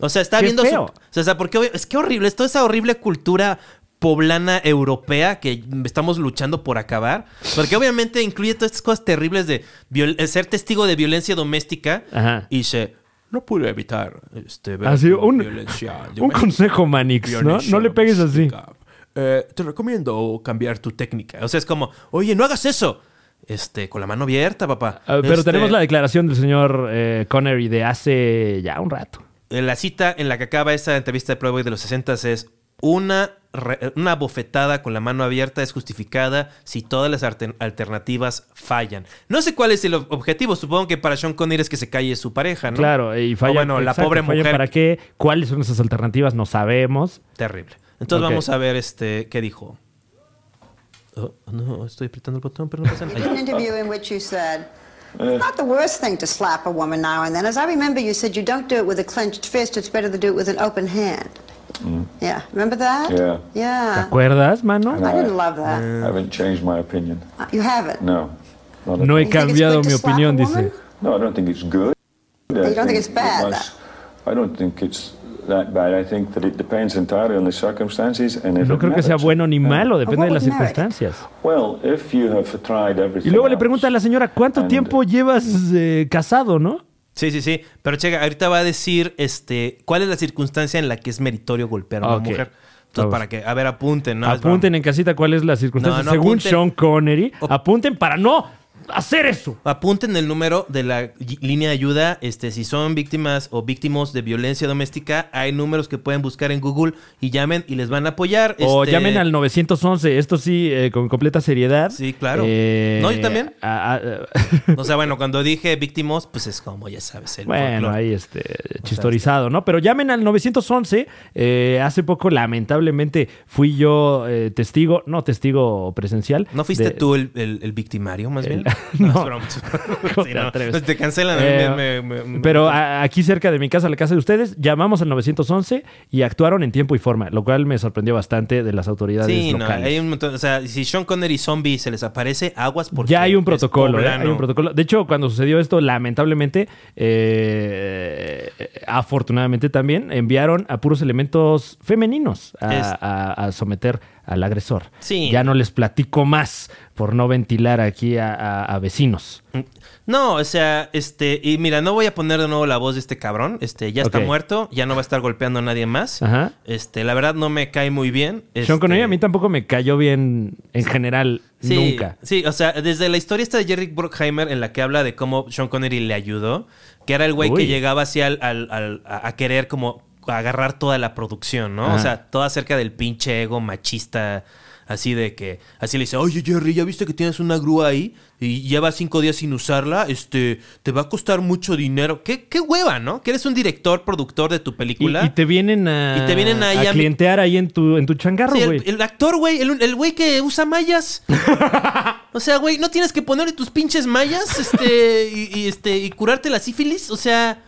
O sea, está Qué viendo su- feo. O sea, está- porque obvio- es que horrible, es toda esa horrible cultura poblana europea que estamos luchando por acabar, porque obviamente incluye todas estas cosas terribles de viol- eh, ser testigo de violencia doméstica Ajá. y se no pude evitar este ver Así, un, violencia un doméstica. consejo, Manix, ¿no? Violencia No le pegues así. doméstica. Eh, te recomiendo cambiar tu técnica. O sea, es como, "Oye, no hagas eso." Este, con la mano abierta, papá. Ah, pero Este, tenemos la declaración del señor eh, Connery de hace ya un rato. Eh, La cita en la que acaba esta entrevista de Playboy de los 60 es una, re- una bofetada con la mano abierta es justificada si todas las alter- alternativas fallan. No sé cuál es el ob- objetivo. Supongo que para Sean Connery es que se calle su pareja, ¿no? Claro, y falla. O bueno, la exacto, pobre falla mujer. ¿Para qué? ¿Cuáles son esas alternativas? No sabemos. Terrible. Entonces Ok. vamos a ver este qué dijo. Oh, no, estoy apretando el botón, pero no pasa You did an nada. interview in which you said, Eh. it's not the worst thing to slap a woman now and then. As I remember, you said you don't do it with a clenched fist, it's better to do it with an open hand. Yeah, remember that? Mm. Yeah. ¿Te Yeah. acuerdas, mano? I didn't love that. I haven't changed my opinion. Uh, You haven't. No. Not at No he You think it's cambiado good to mi slap a opinión, woman? dice. No, I don't think it's good. You don't think it's bad, I don't think it's that bad. I think that it depends entirely on the circumstances and if No it creo que sea merits it. bueno ni Yeah. malo, depende de what las would merit? circunstancias. Well, if you have tried everything Y luego le else- pregunta a la señora, ¿cuánto And- tiempo llevas eh, casado, no? Sí, sí, sí. Pero checa, ahorita va a decir este cuál es la circunstancia en la que es meritorio golpear a una Ok. mujer. Entonces, Vamos. para que, a ver, apunten, ¿no? apunten en casita cuál es la circunstancia. No, no Según apunten. Sean Connery, O- apunten para no hacer eso. Apunten el número de la y- línea de ayuda. Este, si son víctimas o víctimas de violencia doméstica, hay números que pueden buscar en Google y llamen y les van a apoyar. O Este, llamen al 911, esto sí, eh, con completa seriedad. Sí, claro. Eh, No, yo también. a- eh, a- O sea, bueno, cuando dije víctimas, pues es como, ya sabes, el bueno, folclore. ahí este, chistorizado, ¿no? Pero llamen al 911. eh, hace poco, lamentablemente, fui yo eh, testigo, no testigo presencial. ¿No fuiste de- Eh, tú el, el- el victimario, más bien? no. es broma. Sí, ¿Cómo te no. Pues atreves? Te cancelan. a mí Eh, me- me- me- pero a- aquí cerca de mi casa, la casa de ustedes, llamamos al 911 y actuaron en tiempo y forma, lo cual me sorprendió bastante de las autoridades Sí, no, locales. hay un montón. O sea, si Sean Connery zombie se les aparece, aguas porque. ya hay un es protocolo, ¿eh? hay poblano. un protocolo. De hecho, cuando sucedió esto, lamentablemente, eh, afortunadamente también, enviaron a puros elementos femeninos a, Es- a- a someter al agresor. Sí. Ya no les platico más por no ventilar aquí a, a- a vecinos. No, o sea, este, y mira, no voy a poner de nuevo la voz de este cabrón. Este, ya está Ok. muerto, ya no va a estar golpeando a nadie más. Ajá. Este, la verdad no me cae muy bien. Sean Connery Este, a mí tampoco me cayó bien en general, sí, nunca. Sí, o sea, desde la historia esta de Jerry Bruckheimer en la que habla de cómo Sean Connery le ayudó, que era el güey Uy. que llegaba así al, al- al- a a querer como agarrar toda la producción, ¿no? Ajá. O sea, todo acerca del pinche ego machista. Así de que, así le dice, oye Jerry, ¿ya viste que tienes una grúa ahí? Y llevas cinco días sin usarla, este, te va a costar mucho dinero. ¿Qué, qué hueva, no? Que eres un director, productor de tu Y, película. y te vienen a, Y te vienen ahí a a mi- clientear ahí en tu, en tu changarro, Sí, güey. el, el actor, güey, el, el güey que usa mallas. o sea, güey, no tienes que ponerle tus pinches mallas este, y, y, este, y curarte la sífilis. O sea,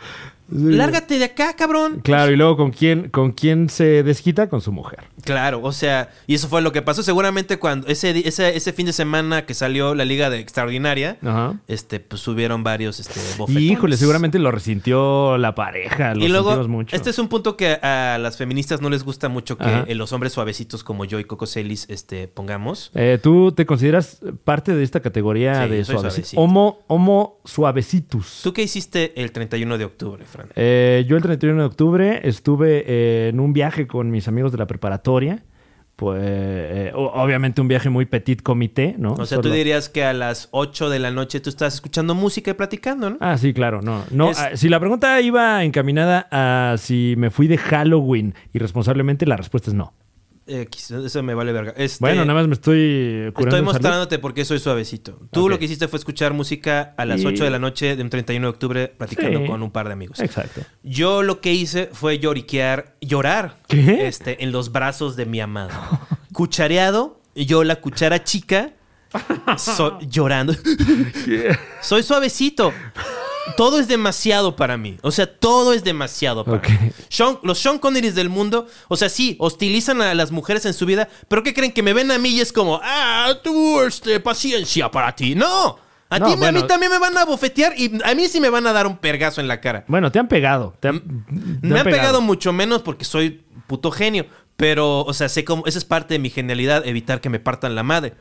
lárgate de acá, cabrón. Claro, y luego con quién, con quién se desquita, con su mujer. Claro, o sea, y eso fue lo que pasó. Seguramente cuando ese, di- ese, ese fin de semana que salió la Liga de Extraordinaria, Ajá. este, pues subieron varios este, bofetones. Y, híjole, seguramente lo resintió la pareja, lo y luego, sentimos mucho. este es un punto que a las feministas no les gusta mucho que Ajá. eh, los hombres suavecitos como yo y Coco Celis este, pongamos. Eh, ¿Tú te consideras parte de esta categoría Sí, de soy suavecitos? suavecito. Homo, homo suavecitus. ¿Tú qué hiciste el 31 de octubre, Fran? Eh, yo el 31 de octubre estuve eh, en un viaje con mis amigos de la preparatoria. Pues, eh, o- obviamente un viaje muy petit comité, ¿no? O sea, Solo- tú dirías que a las 8 de la noche tú estás escuchando música y platicando, ¿no? Ah, sí, claro, no. no Es- ah, Si la pregunta iba encaminada a si me fui de Halloween irresponsablemente, la respuesta es no. X, Eh, eso me vale verga. Este, Bueno, nada más me estoy curando. Estoy en salud. mostrándote porque soy suavecito. Tú Ok. lo que hiciste fue escuchar música a las Y- 8 de la noche de un 31 de octubre platicando Sí. con un par de amigos. Exacto. Yo lo que hice fue lloriquear, llorar ¿Qué? Este, en los brazos de mi amado. Cuchareado, yo la cuchara chica, so- llorando. Soy suavecito. Todo es demasiado para mí. O sea, todo es demasiado para Ok. mí. Sean- los Sean Connerys del mundo, o sea, sí, hostilizan a las mujeres en su vida, pero ¿qué creen? Que me ven a mí y es como, ah, tú, este, paciencia para ti. No, a No, ti a bueno. mí también me van a bofetear y a mí sí me van a dar un pergazo en la cara. Bueno, te han pegado. Te han, te Mm, Me han pegado mucho menos porque soy puto genio. Pero, o sea, sé cómo. Esa es parte de mi genialidad, evitar que me partan la madre.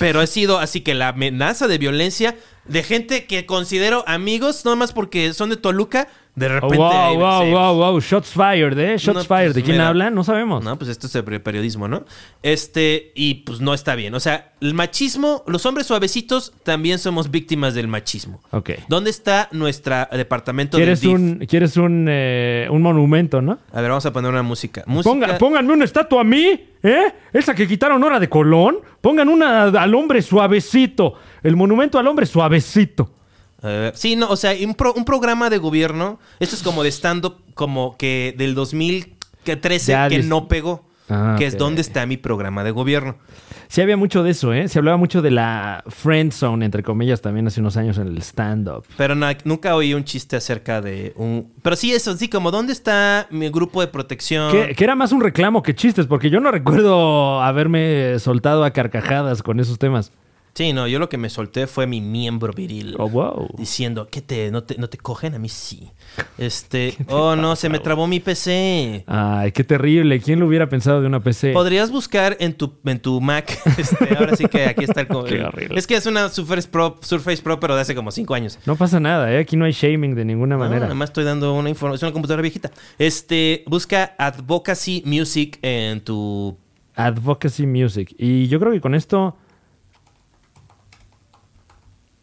Pero he sido así que la amenaza de violencia de gente que considero amigos, nada más porque son de Toluca, de Oh, repente. wow, ahí, wow, sí. wow, wow. Shots fired, ¿eh? Shots No, pues, fired. ¿De quién mira. hablan? No sabemos. No, pues esto es sobre periodismo, ¿no? Este, y pues no está bien. O sea, el machismo, los hombres suavecitos también somos víctimas del machismo. Ok. ¿Dónde está nuestra departamento de Quieres un, quieres un, eh, un monumento, ¿no? A ver, vamos a poner una música. música... Ponga- pónganme una estatua a mí, ¿eh? Esa que quitaron hora de Colón. Pongan una al hombre suavecito. El monumento al hombre suavecito. A ver, Sí, no, o sea, un, pro- un programa de gobierno, esto es como de stand-up, como que del 2013 Ya, que des- no pegó, Ah, que es ok. donde está mi programa de gobierno. Sí había mucho de eso, ¿eh? Se hablaba mucho de la friend zone, entre comillas, también hace unos años en el stand-up. Pero na- nunca oí un chiste acerca de un... Pero sí, eso, sí, como, ¿dónde está mi grupo de protección? Que, que era más un reclamo que chistes, porque yo no recuerdo haberme soltado a carcajadas con esos temas. Sí, no, yo lo que me solté fue mi miembro viril. Oh, wow. Diciendo, ¿qué te no, te, no te cogen? A mí sí. Este, oh no, se me trabó mi PC. Ay, qué terrible. ¿Quién lo hubiera pensado de una PC? Podrías buscar en tu, en tu Mac. Este, ahora sí que aquí está el. co- Qué horrible. Es que es una Surface Pro, Surface Pro, pero de hace como cinco años. No pasa nada, ¿eh? Aquí no hay shaming de ninguna No, manera. nada más estoy dando una información. Es una computadora viejita. Este, busca Advocacy Music en tu. Advocacy Music. Y yo creo que con esto.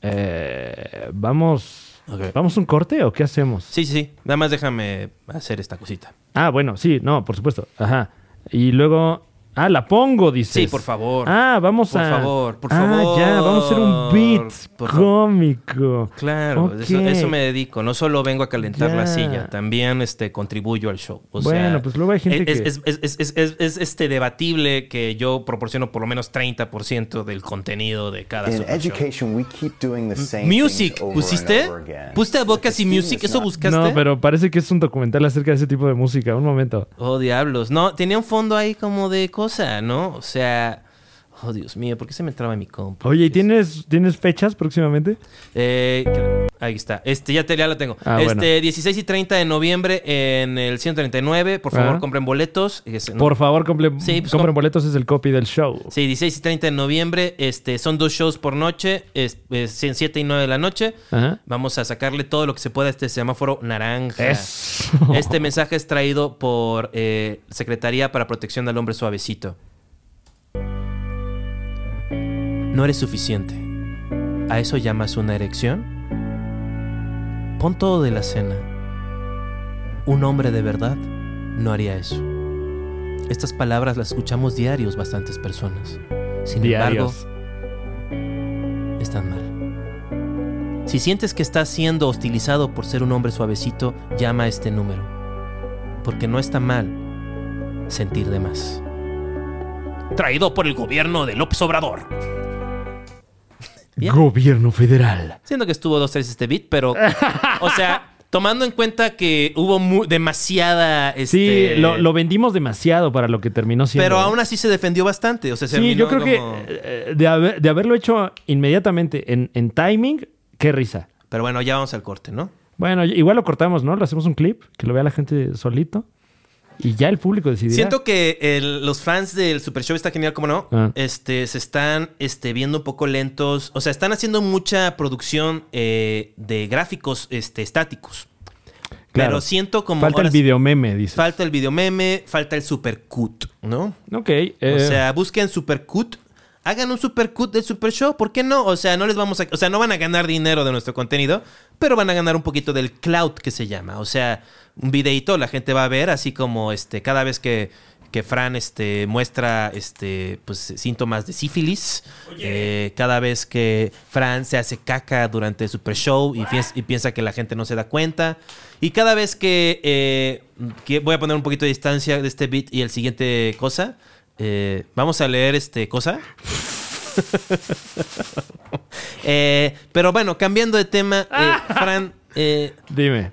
eh, vamos. Ok. ¿Vamos a un corte o qué hacemos? Sí, sí, sí. Nada más déjame hacer esta cosita. Ah, bueno, sí, no, por supuesto. Ajá. Y luego. Ah, la pongo, dices. Sí, por favor. Ah, vamos Por a. favor, por Ah, ya, vamos a hacer un beat por favor. cómico. Claro, Ok. eso, eso me dedico. No solo vengo a calentar la Ya. silla, también este, contribuyo al show. O Bueno, sea, e-, pues luego hay gente es, que- es- es- es- es- es- es, este, debatible que yo proporciono por lo menos 30% del contenido de cada In solo show. education, we keep doing the same Music, things over ¿pusiste? and over again. ¿Pusiste a Bocas y If the student Music? is ¿Eso not buscaste? No, pero parece que es un documental acerca de ese tipo de música. Un momento. Oh, diablos. No, tenía un fondo ahí como de cosa, ¿no? O sea... Oh, Dios mío, ¿por qué se me traba mi compu? Oye, ¿y Dios tienes, ¿tienes fechas próximamente? Eh, claro, ahí está. Este, ya, te, ya lo tengo. Ah, este, bueno. 16 y 30 de noviembre en el 139. Por favor, Ajá. compren boletos. Es- no. Ah. Por favor, comple- Sí, pues, compren com- boletos, es el copy del show. Sí, 16 y 30 de noviembre. Este, son dos shows por noche. Es, es 7 y 9 de la noche. Ajá. Vamos a sacarle todo lo que se pueda a este semáforo naranja. Es. Este mensaje es traído por eh, Secretaría para Protección al Hombre Suavecito. No eres suficiente. ¿A eso llamas una erección? Pon todo de la cena. Un hombre de verdad no haría eso. Estas palabras las escuchamos diarios bastantes personas. Sin embargo, Diarios. están mal. Si sientes que estás siendo hostilizado por ser un hombre suavecito, llama a este número. Porque no está mal sentir de más. Traído por el gobierno de López Obrador. Bien. Gobierno federal. Siento que estuvo dos tres este beat, pero. o sea, tomando en cuenta que hubo mu- demasiada. Sí, este, lo, lo vendimos demasiado para lo que terminó siendo. Pero ¿eh? aún así se defendió bastante. O sea, se Sí, yo creo terminó que como- eh, de, haber- de haberlo hecho inmediatamente en, en timing, qué risa. Pero bueno, ya vamos al corte, ¿no? Bueno, igual lo cortamos, ¿no? Lo hacemos un clip, que lo vea la gente solito. Y ya el público decidirá. Siento que el- los fans del Super Show está genial, como no? Ah. Este, se están este, viendo un poco lentos. O sea, están haciendo mucha producción eh, de gráficos este, estáticos. Claro. Pero siento como. Falta ahora el sí- videomeme, dice. Falta el videomeme, falta el super cut, ¿no? ok. eh, O sea, busquen super cut. Hagan un super cut del super show, ¿por qué no? O sea, no les vamos a, o sea, no van a ganar dinero de nuestro contenido, pero van a ganar un poquito del cloud que se llama. O sea, un videito la gente va a ver así como este cada vez que que Fran este, muestra este, pues, síntomas de sífilis. Eh, cada vez que Fran se hace caca durante el super show y, fies- y piensa que la gente no se da cuenta. Y cada vez que, eh, que voy a poner un poquito de distancia de este beat y el siguiente cosa. eh, vamos a leer este cosa. Eh, pero bueno, cambiando de tema, eh, Fran, eh, Dime.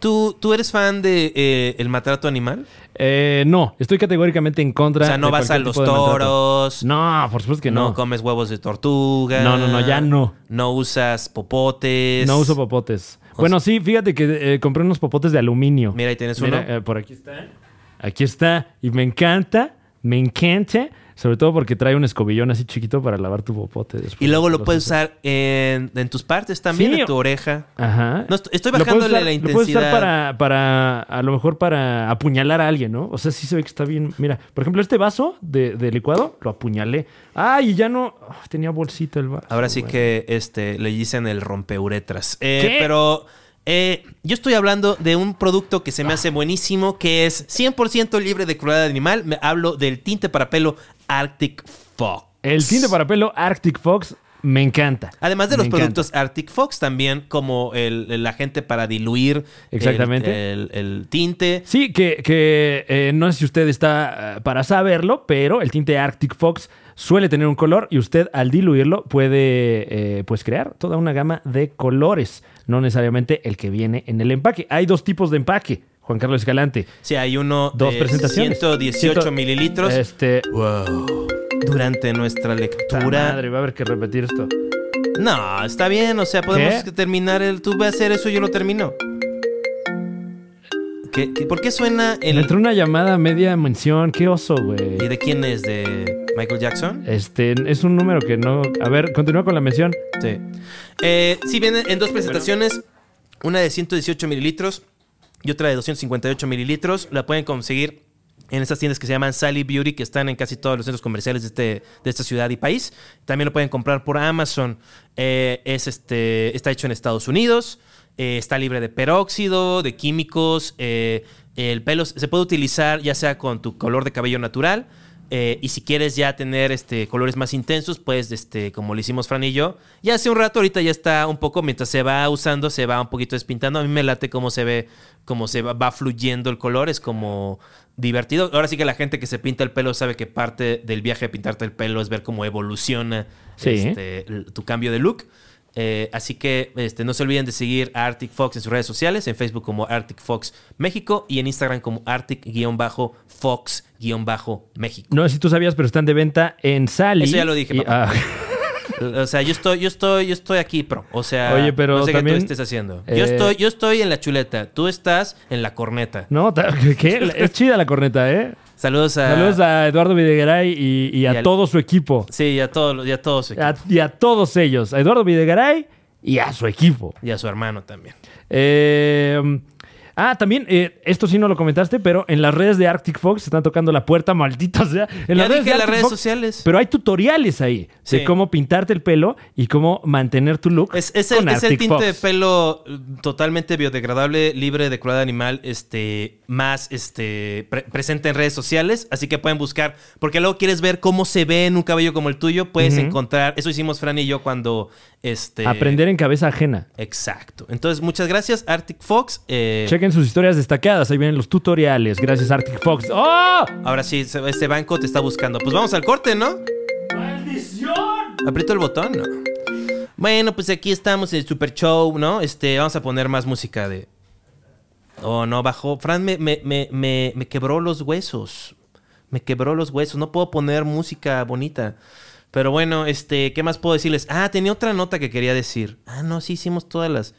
¿tú, ¿tú eres fan de eh, el maltrato animal? Eh, no, estoy categóricamente en contra. O sea, no Ah, de vas a cualquier los tipo de maltrato. toros. No, por supuesto que No. no. comes huevos de tortuga. No, no, no, ya no. No usas popotes. No uso popotes. Bueno, sí, fíjate que eh, compré unos popotes de aluminio. Mira, ahí tienes uno. eh, por aquí está. Aquí está. Y me encanta, me encanta. Sobre todo porque trae un escobillón así chiquito para lavar tu popote después. Y luego lo Los- puedes usar en, en tus partes también, Sí. ah, en tu oreja. Ajá. No, est- estoy Lo puedes bajándole usar- la Lo puedes usar intensidad. para, para, a lo mejor para apuñalar a alguien, ¿no? O sea, sí se ve que está bien. Mira, por ejemplo, este vaso de, de licuado lo apuñalé. Ay, y ya no. ah, tenía bolsita el vaso. Ahora sí güey. que este, le dicen el rompeuretras. Eh, ¿Qué? Pero eh, yo estoy hablando de un producto que se me hace buenísimo, que es 100% libre de crueldad animal. Me hablo del tinte para pelo Arctic Fox. El tinte para pelo Arctic Fox me encanta. Además de Me los encanta. productos Arctic Fox, también como el, el agente para diluir el- Exactamente. El, el tinte. Sí, que, que, eh, no sé si usted está eh, para saberlo, pero el tinte Arctic Fox suele tener un color y usted al diluirlo puede eh, pues crear toda una gama de colores, no necesariamente el que viene en el empaque. Hay dos tipos de empaque, Juan Carlos Escalante. Sí, hay uno Dos de presentaciones. 118 Ciento- mililitros. Este, Wow. Durante puta nuestra lectura. madre, va a haber que repetir esto. No, está bien, o sea, podemos ¿Qué? terminar el. Tú vas a hacer eso y yo lo termino. ¿Qué, qué- por qué suena Le el. entró una llamada media mención, qué oso, güey. ¿Y de quién es? ¿De Michael Jackson? Este, es un número que no... A ver, continúa con la mención. Sí. Eh, sí, viene en dos presentaciones: una de 118 mililitros y otra de 258 mililitros. La pueden conseguir en estas tiendas que se llaman Sally Beauty, que están en casi todos los centros comerciales de, este, de esta ciudad y país. También lo pueden comprar por Amazon. Eh, es este, está hecho en Estados Unidos. Eh, está libre de peróxido, de químicos. eh, el pelo se puede utilizar ya sea con tu color de cabello natural. eh, y si quieres ya tener este, colores más intensos, pues este, como lo hicimos Fran y yo, ya hace un rato, ahorita ya está un poco, mientras se va usando, se va un poquito despintando. A mí me late cómo se ve, cómo se va, va fluyendo el color, es como divertido. Ahora sí que la gente que se pinta el pelo sabe que parte del viaje de pintarte el pelo es ver cómo evoluciona Sí. este, l- tu cambio de look. Eh, así que este, no se olviden de seguir a Arctic Fox en sus redes sociales, en Facebook como Arctic Fox México y en Instagram como Arctic-Fox-México. No sé si tú sabías, pero están de venta en Sally. Eso ya lo dije, Y- papá. ah. O sea, yo estoy, yo estoy, yo estoy aquí, pro. O sea, Oye, pero no sé también, qué tú estés haciendo. eh, yo estoy, yo estoy en la chuleta, tú estás en la corneta. No, ta- ¿qué? La- es chida la corneta, ¿eh? Saludos a, Saludos a Eduardo Videgaray y, y a Y al- todo su equipo. sí, y a todos, los- y a todos su equipo. A- y a todos ellos. A Eduardo Videgaray y a su equipo. y a su hermano también. Eh, ah, también, eh, esto sí no lo comentaste, pero en las redes de Arctic Fox están tocando la puerta, maldita sea. En Ya dije de en las Arctic redes Fox, sociales. Pero hay tutoriales ahí Sí. de cómo pintarte el pelo y cómo mantener tu look. Es, es el, con es el Arctic tinte Fox. de pelo mm, totalmente biodegradable, libre de crueldad animal, este, más este, pre- presente en redes sociales. Así que pueden buscar, porque luego quieres ver cómo se ve en un cabello como el tuyo, puedes encontrar. Eso hicimos Fran y yo cuando. Este, Aprender en cabeza ajena. Exacto. Entonces, muchas gracias, Arctic Fox. Eh, Chequen sus historias destacadas, ahí vienen los tutoriales. Gracias, Arctic Fox. ¡Oh! Ahora sí, se- este banco te está buscando. Pues vamos al corte, ¿no? Aprieto el botón, ¿no? Bueno, pues aquí estamos en el Super Show, ¿no? Este, vamos a poner más música de. Oh, no, bajó. Fran me, me, me, me, me quebró los huesos. Me quebró los huesos. No puedo poner música bonita. Pero bueno, este, ¿qué más puedo decirles? Ah, tenía otra nota que quería decir. Ah, no, sí hicimos todas las.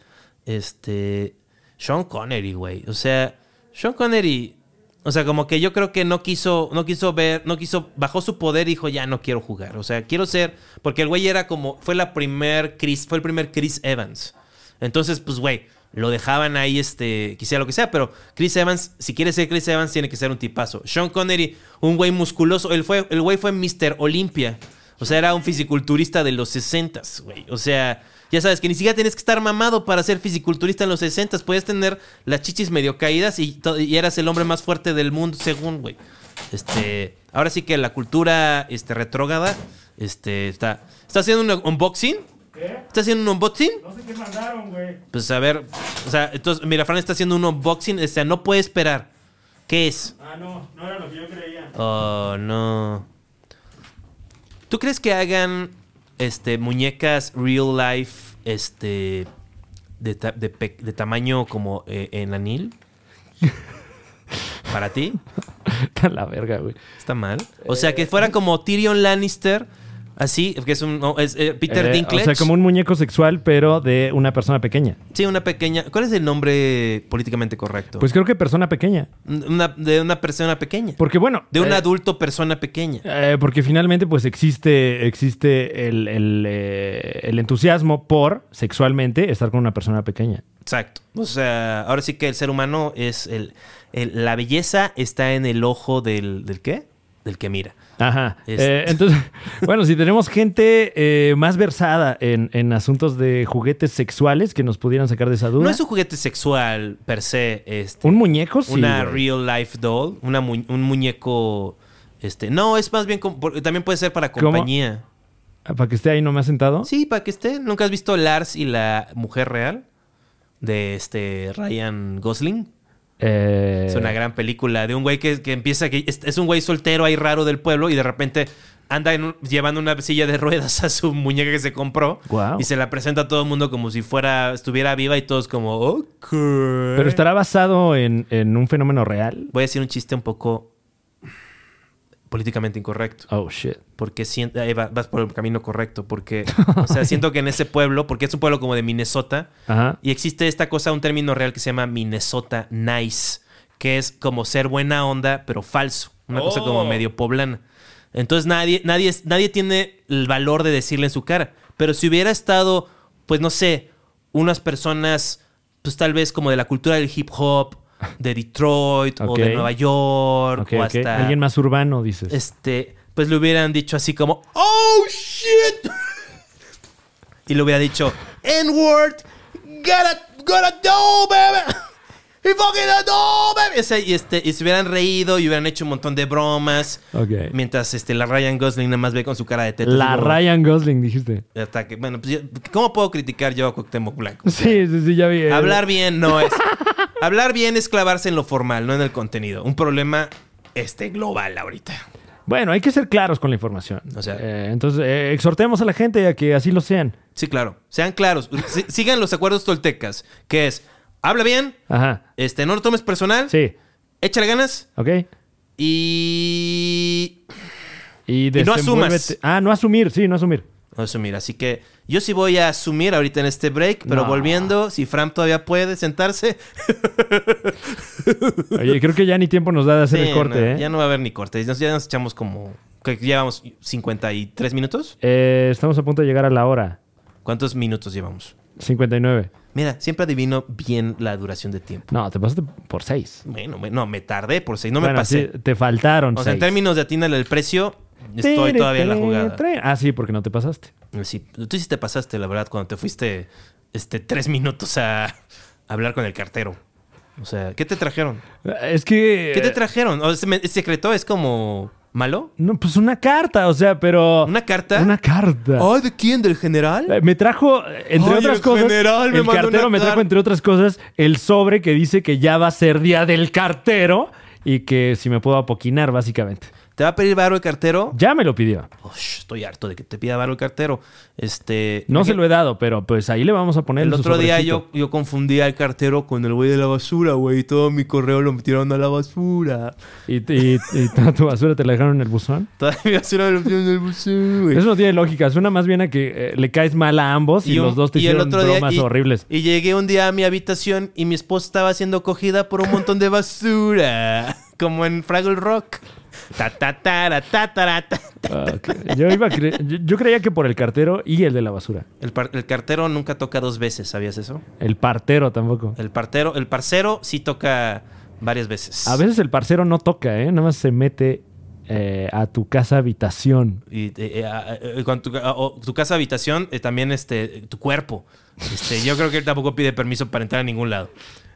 Este. Sean Connery, güey. O sea, Sean Connery. O sea, como que yo creo que no quiso, no quiso ver, no quiso, bajó su poder y dijo, ya no quiero jugar. O sea, quiero ser, porque el güey era como, fue la primer Chris, fue el primer Chris Evans. Entonces, pues, güey, lo dejaban ahí, este, quisiera lo que sea, pero Chris Evans, si quiere ser Chris Evans, tiene que ser un tipazo. Sean Connery, un güey musculoso, él fue, el güey fue Mr. Olympia. O sea, era un fisiculturista de los 60, güey. O sea, ya sabes que ni siquiera tienes que estar mamado para ser fisiculturista en los 60. Podías tener las chichis medio caídas y, to- y eras el hombre más fuerte del mundo, según, güey. Este, ahora sí que la cultura este, retrógada este, está, está haciendo un unboxing. ¿Está haciendo un unboxing? No sé qué mandaron, güey. Pues a ver, o sea, entonces, mira, Fran está haciendo un unboxing, o sea, no puede esperar. ¿Qué es? Ah, no, no era lo que yo creía. Oh, no. ¿Tú crees que hagan este muñecas real life este de, ta- de pe- de tamaño como eh, enanil? ¿Para ti? Está la verga, güey. ¿Está mal? O sea, que fuera como Tyrion Lannister, así, que es un no, es, eh, Peter Eh, Dinklage. O sea, como un muñeco sexual, pero de una persona pequeña. Sí, una pequeña. ¿Cuál es el nombre políticamente correcto? Pues creo que persona pequeña. Una- de una persona pequeña. Porque bueno. De un eh, adulto persona pequeña. eh, porque finalmente, pues existe, existe el, el, eh, el entusiasmo por sexualmente estar con una persona pequeña. Exacto. O sea, ahora sí que el ser humano es el. el- la belleza está en el ojo del. ¿Del qué? Del que mira. Ajá. Este. Eh, entonces, bueno, si tenemos gente eh, más versada en, en asuntos de juguetes sexuales que nos pudieran sacar de esa duda. No es un juguete sexual per se. Este, un muñeco, sí. una güey. real life doll. Una mu- un muñeco. Este, no, es más bien. como- porque también puede ser para ¿Cómo? compañía. Ah, Para que esté ahí nomás sentado. Sí, para que esté. ¿Nunca has visto Lars y la mujer real? De este Ryan Gosling. Eh, Es una gran película de un güey que, que empieza, que es, es un güey soltero ahí raro del pueblo y de repente anda en un- llevando una silla de ruedas a su muñeca que se compró Guau. y se la presenta a todo el mundo como si fuera, estuviera viva y todos como, ok. Pero Pero estará basado en, en un fenómeno real. Voy a decir un chiste un poco políticamente incorrecto. Oh, shit. Porque siento, ahí va- vas por el camino correcto, porque, o sea, siento que en ese pueblo, porque es un pueblo como de Minnesota, Ajá. y existe esta cosa, un término real que se llama Minnesota Nice, que es como ser buena onda, pero falso. Una cosa como medio poblana. Entonces nadie, nadie, es- nadie tiene el valor de decirle en su cara. Pero si hubiera estado, pues no sé, unas personas, pues tal vez como de la cultura del hip hop, de Detroit Ok. o de Nueva York, Ok, o ok. hasta Alguien más urbano, dices. este, pues le hubieran dicho así como, ¡Oh, shit! Y le hubiera dicho, N-word, get a, get a doll, baby. Y fucking a doll, baby. O sea, y, este, y se hubieran reído y hubieran hecho un montón de bromas. Ok. Mientras este, la Ryan Gosling nada más ve con su cara de teta. La así como- Ryan Gosling, dijiste. Hasta que, bueno, pues, yo- ¿cómo puedo criticar yo a Cuauhtémoc Blanco? Sí, sí, sí, ya vi. eh, Hablar bien no es. Hablar bien es clavarse en lo formal, no en el contenido. Un problema este, global ahorita. Bueno, hay que ser claros con la información. O sea- Eh, entonces, eh, exhortemos a la gente a que así lo sean. Sí, claro. Sean claros. Sí- Sigan los acuerdos toltecas, que es, habla bien, Ajá. este, no lo tomes personal, Sí. échale ganas ¿Ok? y... Y, Y no desenvuélvete- asumas. Ah, no asumir, sí, no asumir. Asumir. Así que yo sí voy a asumir ahorita en este break, pero No. volviendo, si Fram todavía puede sentarse, Oye, creo que ya ni tiempo nos da de hacer sí, el corte, no, ¿eh? ya no va a haber ni corte. Nos- Ya nos echamos como... que Llevamos 53 minutos. Eh, Estamos a punto de llegar a la hora. ¿Cuántos minutos llevamos? 59. Mira, siempre adivino bien la duración de tiempo. No, te pasaste por 6. Bueno, bueno, no, me tardé por seis, no me pasé. te faltaron O sea, en seis. términos de atínale el precio, estoy Tere, todavía en la tere, jugada. tere. Ah, sí, porque no te pasaste. Sí, tú sí te pasaste, la verdad, cuando te fuiste este, tres minutos a, a hablar con el cartero. O sea, ¿qué te trajeron? Es que... ¿Qué te trajeron? O sea, me- ¿Es secreto? ¿Es como malo? No, pues una carta, o sea, pero... ¿Una carta? Una carta. Ay, ¿de quién? ¿Del general? Eh, Me trajo, entre Ay, otras el cosas, general me el mandó cartero una me trajo, carta. entre otras cosas, el sobre que dice que ya va a ser día del cartero y que si me puedo apoquinar, básicamente. ¿Te va a pedir varo el cartero? Ya me lo pidió. Ush, estoy harto de que te pida varo el cartero. Este. No se lo he dado, pero pues ahí le vamos a poner El su otro día yo, sobrecito. yo confundí al cartero con el güey de la basura, güey. Y todo mi correo lo metieron a la basura. Y, y- y toda tu basura te la dejaron en el buzón. Toda mi basura me lo metieron en el basura, güey. Eso no tiene lógica. Suena más bien a que eh, le caes mal a ambos y, un- los dos te y hicieron día- bromas y- horribles. Y llegué un día a mi habitación y mi esposa estaba siendo cogida por un montón de basura. Como en Fraggle Rock. Ta, ta, tara, ta, tara, ta. Ah, ok. yo, iba a cre- yo, yo creía que por el cartero y el de la basura. El, par- el cartero nunca toca dos veces, ¿sabías eso? El partero tampoco. El partero, el parcero sí toca varias veces. A veces el parcero no toca, ¿eh? Nada más se mete eh, a tu casa habitación. Y, eh, eh, ah, eh, con tu, ah, o tu casa habitación, eh, también este, tu cuerpo. Este, yo creo que él tampoco pide permiso para entrar a ningún lado.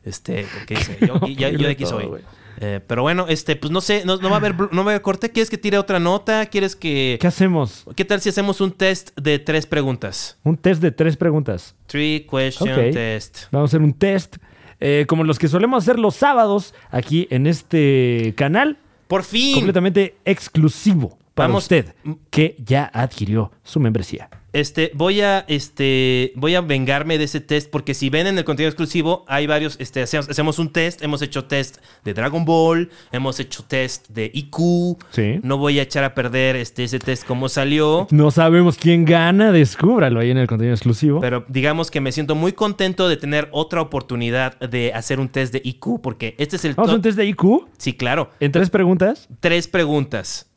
Este, porque dice, yo, y- ya- yo de aquí soy. Todo, güey. Eh, pero bueno, este, pues no sé, no, no va a haber, bl- no va a haber corte. ¿Quieres que tire otra nota? ¿Quieres que... ¿Qué hacemos? ¿Qué tal si hacemos un test de tres preguntas? Un test de tres preguntas. Three question Ok. test. Vamos a hacer un test, eh, como los que solemos hacer los sábados aquí en este canal, Por fin. completamente exclusivo para Vamos. usted, que ya adquirió su membresía. Este, voy a, este, voy a vengarme de ese test porque si ven en el contenido exclusivo hay varios, este, hacemos, hacemos un test, hemos hecho test de Dragon Ball, hemos hecho test de IQ. Sí. No voy a echar a perder este, ese test como salió, No sabemos quién gana, descúbralo ahí en el contenido exclusivo. pero digamos que me siento muy contento de tener otra oportunidad de hacer un test de IQ porque este es el Vamos a un top- test de IQ Sí, claro. en tres preguntas. Tres preguntas.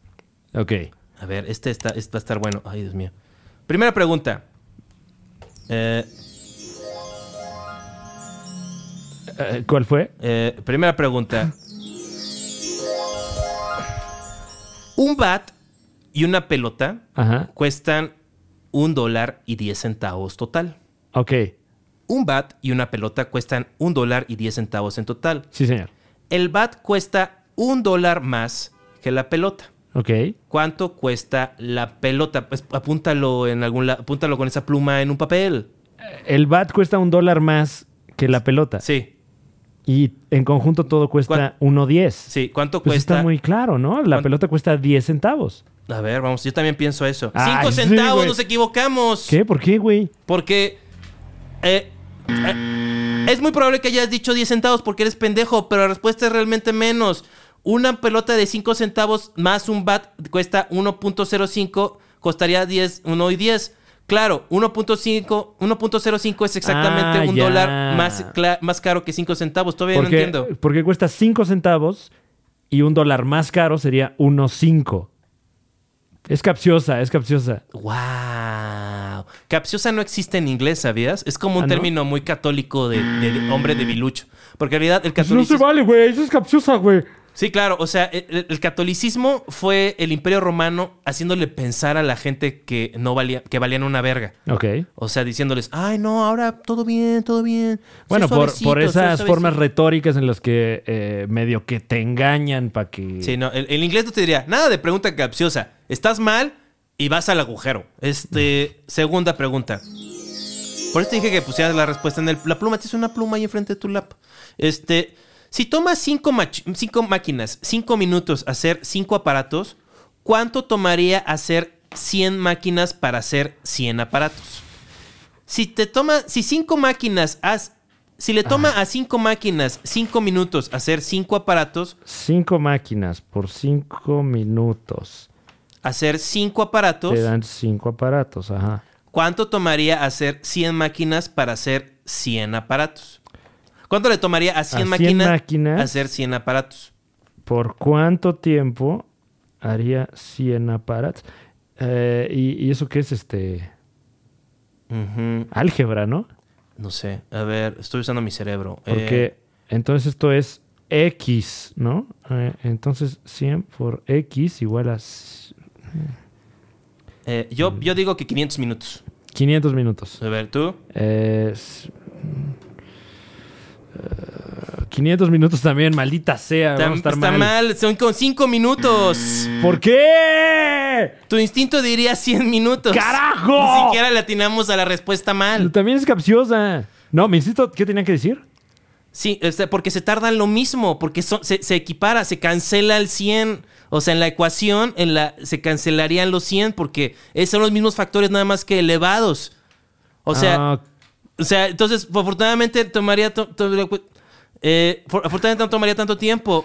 Ok. A ver, este, está, este va a estar bueno. Ay, Dios mío. Primera pregunta. Eh, Eh, ¿Cuál fue? Eh, primera pregunta. Un bat y una pelota Ajá. cuestan un dólar y diez centavos total. Ok. Un bat y una pelota cuestan un dólar y diez centavos en total. Sí, señor. El bat cuesta un dólar más que la pelota. Ok. ¿Cuánto cuesta la pelota? Pues apúntalo en algún la- apúntalo con esa pluma en un papel. El bat cuesta un dólar más que la pelota. Sí, Y en conjunto todo cuesta 1.10. sí. ¿Cuánto Pues cuesta? está muy claro, ¿no? La ¿Cuán- pelota cuesta 10 centavos. A ver, vamos, yo también pienso eso. Ay, Cinco sí, centavos, güey. nos equivocamos. ¿Qué? ¿Por qué, güey? Porque eh, eh, es muy probable que hayas dicho 10 centavos porque eres pendejo, pero la respuesta es realmente menos. Una pelota de 5 centavos más un bat cuesta 1.05, costaría 10, 1 y 10. Claro, 1.5, 1.05 es exactamente Ah, un ya. dólar más, cla- más caro que 5 centavos. Todavía no Porque, entiendo. porque cuesta 5 centavos y un dólar más caro sería 1.5. Es capciosa, es capciosa. ¡Wow! Capciosa no existe en inglés, ¿sabías? Es como un ¿Ah, no? término muy católico de, de hombre de bilucho. Porque en realidad el Pues no catolicismo... se vale, güey. Eso es capciosa, güey. Sí, claro, o sea, el, el catolicismo fue el imperio romano haciéndole pensar a la gente que no valía, que valían una verga. Ok. O sea, diciéndoles, ay no, ahora todo bien, todo bien. Sé Bueno, por, suavecito, por sé esas suavecito". formas retóricas en las que eh, medio que te engañan para que... Sí, no, el, el inglés no te diría, nada de pregunta capciosa. Estás mal y vas al agujero. Este, segunda pregunta. Por eso te dije que pusieras la respuesta en el- la pluma. Tienes una pluma ahí enfrente de tu lap. Este, si tomas cinco, mach- cinco máquinas, cinco minutos hacer cinco aparatos, ¿cuánto tomaría hacer 100 máquinas para hacer 100 aparatos? Si te toma, si cinco máquinas, haz, si le toma a cinco máquinas cinco minutos hacer cinco aparatos, Cinco máquinas por cinco minutos. hacer 5 aparatos, Te dan cinco aparatos, ajá. ¿cuánto tomaría hacer 100 máquinas para hacer 100 aparatos? ¿Cuánto le tomaría a 100, 100 máquinas, máquinas. hacer 100 aparatos? ¿Por cuánto tiempo haría 100 aparatos? Eh, y, y eso qué es este? Ujú, Álgebra, ¿no? No sé, a ver, estoy usando mi cerebro. Eh, Porque entonces esto es X, ¿no? Eh, entonces 100 por X igual a s- eh, yo, Mm. yo digo que 500 minutos. 500 minutos. A ver, ¿tú? Eh, s- eh, 500 minutos también, maldita sea. Está, vamos a estar está mal. mal, son con 5 minutos. ¿Por qué? Tu instinto diría 100 minutos. ¡Carajo! Ni siquiera le atinamos a la respuesta mal. También es capciosa. No, me insisto, ¿qué tenían que decir? Sí, o sea, porque se tardan lo mismo, porque son- se, se equipara, se cancela el 100. O sea, en la ecuación en la, se cancelarían los 100 porque eh, son los mismos factores nada más que elevados. O sea, Ah, o sea entonces, afortunadamente tomaría... to- to- eh, for- afortunadamente no tomaría tanto tiempo.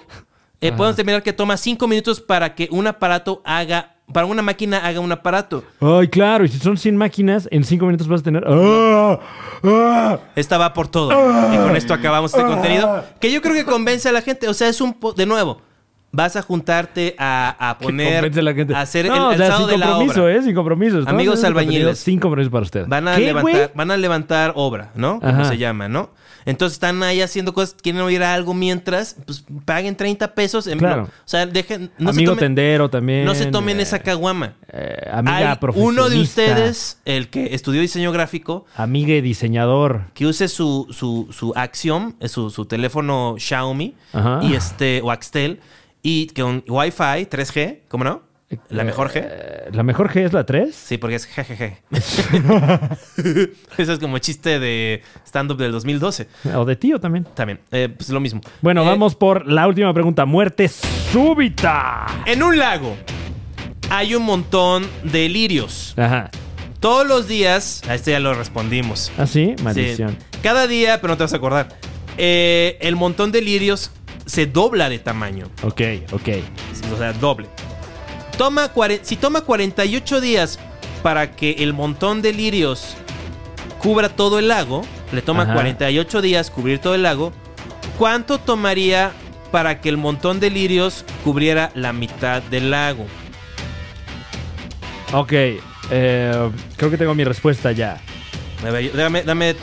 Eh, podemos terminar que toma 5 minutos para que un aparato haga... Para una máquina haga un aparato. Ay, claro, y si son 100 máquinas, en 5 minutos vas a tener. ¡Ah! ¡Ah! Esta va por todo. y con esto acabamos este contenido. Que yo creo que convence a la gente. O sea, es un... po- De nuevo, vas a juntarte a, a poner, Convence a la gente. a hacer No, el o sea, alzado sin de la compromiso, obra. ¿eh? Sin compromiso. Estamos Amigos haciendo albañiles. contenido Sin compromiso para ustedes. Van a, ¿Qué, güey? levantar, van a levantar obra, ¿no? Como Ajá. se llama, ¿no? Entonces están ahí haciendo cosas, quieren oír algo mientras, pues paguen 30 pesos. en- Claro. no, o sea, dejen. No Amigo se tomen, tendero también. no se tomen eh, esa caguama. eh, Hay amiga profesionista. uno de ustedes, el que estudió diseño gráfico, Amiga y diseñador. que use su, su, su Axiom, eh, su, su teléfono Xiaomi, Ajá. y este, o Axtel, y con Wi-Fi 3G, ¿cómo no? La mejor G. Eh, la mejor G es la 3. Sí, porque es jejeje. Eso es como chiste de stand-up del 2012. O de tío también. También, eh, pues lo mismo. Bueno, Eh, vamos por la última pregunta. Muerte súbita. En un lago hay un montón de lirios. Ajá. Todos los días, a este ya lo respondimos. Así, Sí. ¿Ah, maldición. Cada día, pero no te vas a acordar. eh, el montón de lirios se dobla de tamaño. Ok, ok. O sea, doble. Toma cuare- si toma 48 días para que el montón de lirios cubra todo el lago, le toma Ajá. 48 días cubrir todo el lago, ¿cuánto tomaría para que el montón de lirios cubriera la mitad del lago? Ok. eh, creo que tengo mi respuesta ya. A ver, yo- dame, dame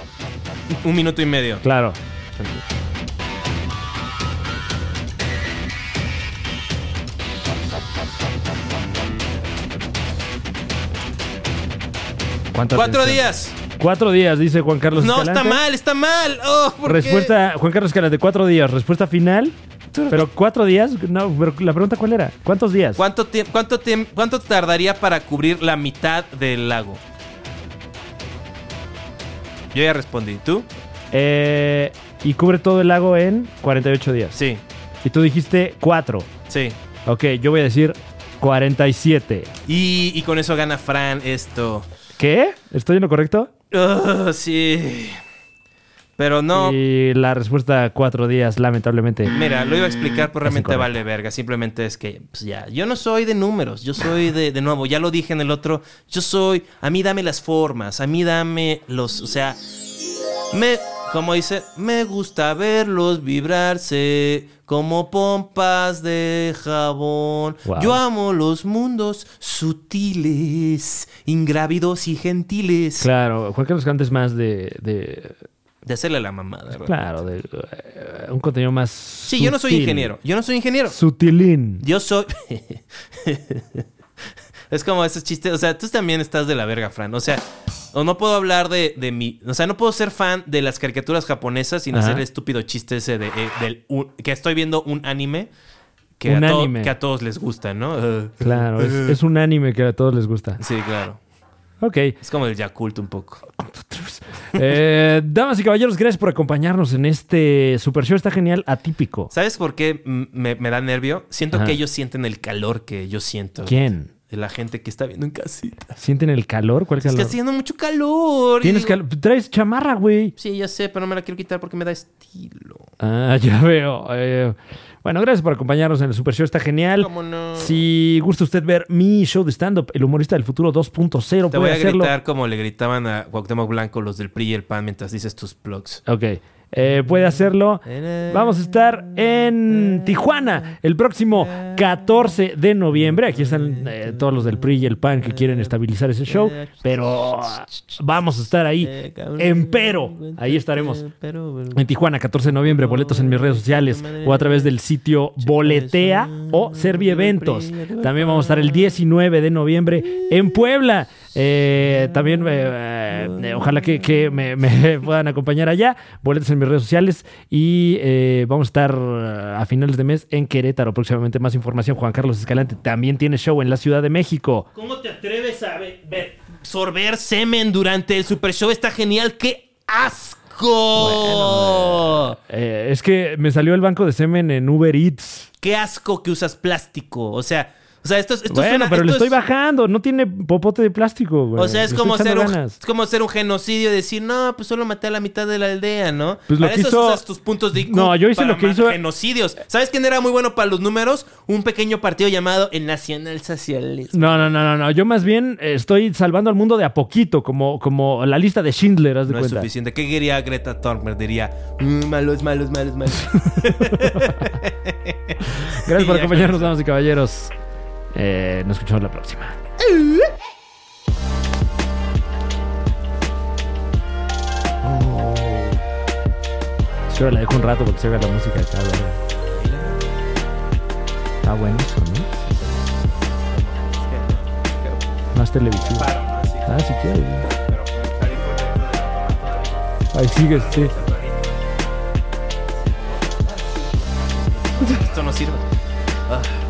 un minuto y medio. Claro. ¿Cuánta Cuatro atención? días. Cuatro días, dice Juan Carlos No, Escalante. está mal, está mal. Oh, ¿por qué? Respuesta, Juan Carlos Escalante, cuatro días. Respuesta final. Pero cuatro días, no, pero la pregunta cuál era. ¿Cuántos días? ¿Cuánto, tiemp- cuánto, tiemp- ¿Cuánto tardaría para cubrir la mitad del lago? Yo ya respondí. ¿Tú? Eh, y cubre todo el lago en 48 días. Sí, Y tú dijiste cuatro. sí. Ok, yo voy a decir 47. Y, y con eso gana Fran esto. ¿Qué? ¿Estoy en lo correcto? Ugh, sí. Pero no. Y la respuesta cuatro días, lamentablemente. Mira, lo iba a explicar, pero realmente incorrecto. vale verga. Simplemente es que, pues ya, yo no soy de números, yo soy de, de nuevo, ya lo dije en el otro, yo soy, a mí dame las formas, a mí dame los, o sea, me, como dice, me gusta verlos vibrarse como pompas de jabón. Wow. Yo amo los mundos sutiles, ingrávidos y gentiles. Claro, Juan Carlos Escalante es más de... de- De hacerle la mamada, ¿verdad? claro, de eh, un contenido más... Sí, yo no soy ingeniero, yo no soy ingeniero. Sutilín. Yo soy. es como esos chistes. O sea, tú también estás de la verga, Fran. O sea, o no puedo hablar de, de mi. O sea, no puedo ser fan de las caricaturas japonesas sin Ajá. hacer el estúpido chiste ese de, eh, del, un- que estoy viendo un anime. Que, Un a to- anime. que a todos les gusta, ¿no? Eh, Claro, es, es un anime que a todos les gusta. Sí, claro. Ok. Es como el Yakult un poco. Eh, damas y caballeros, gracias por acompañarnos en este Super Show. Está genial, atípico. ¿Sabes por qué mm, me, me da nervio? Siento Ajá. que ellos sienten el calor que yo siento. ¿Quién? De la gente que está viendo en casita. ¿Sienten el calor? ¿Cuál Es calor? que está haciendo mucho calor. y Tienes digo- calor. Traes chamarra, güey. Sí, ya sé, pero no me la quiero quitar porque me da estilo. Ah, ya veo. Eh, bueno, gracias por acompañarnos en el Super Show. Está genial. ¿Cómo no? Si gusta usted ver mi show de stand-up, El Humorista del Futuro 2.0, Te voy puede a hacerlo. gritar como le gritaban a Cuauhtémoc Blanco los del PRI y el PAN mientras dices tus plugs. Ok. Eh, puede hacerlo. Vamos a estar en Tijuana el próximo 14 de noviembre. Aquí están eh, todos los del PRI y el PAN que quieren estabilizar ese show. Pero ah, vamos a estar ahí. Empero. Ahí estaremos. En Tijuana, 14 de noviembre, boletos en mis redes sociales o a través del sitio Boletea o Servi Eventos. También vamos a estar el 19 de noviembre en Puebla. Eh, también eh, eh, ojalá que, que me, me puedan acompañar allá. Boletos en mis redes sociales y eh, vamos a estar eh, a finales de mes en Querétaro. Próximamente más información. Juan Carlos Escalante también tiene show en la Ciudad de México. ¿Cómo te atreves a ver, ver- sorber semen durante el super show? Está genial, qué asco. Eh, es que me salió el banco de semen en Uber Eats. qué asco que usas plástico. O sea, O sea, esto, es- esto es bueno, una- pero le esto estoy es- bajando. No tiene popote de plástico, güey. O sea, Pues, es Le estoy como, echando ser un, ganas. es como ser un genocidio y decir, no, pues solo maté a la mitad de la aldea, ¿no? Pues lo para que eso hizo- usas tus puntos de IQ No, yo hice para lo que ma- hizo- genocidios. ¿Sabes quién era muy bueno para los números? Un pequeño partido llamado el Nacional Socialista. No, no, no, no, no. Yo más bien eh, estoy salvando al mundo de a poquito, como, como la lista de Schindler, haz de No es cuenta. suficiente. ¿Qué quería Greta Thunberg? Diría, "Mm, malos, malos, malos, malos. Gracias por Ya, acompañarnos, damas y caballeros. Eh, nos escuchamos la próxima. Oh. Espera, la dejo un rato porque se oiga la música acá. la verdad. Está bueno eso, ¿no? Más televisivo. Ah, si quieres. Ahí sigue, sí. Esto no sirve. Ah.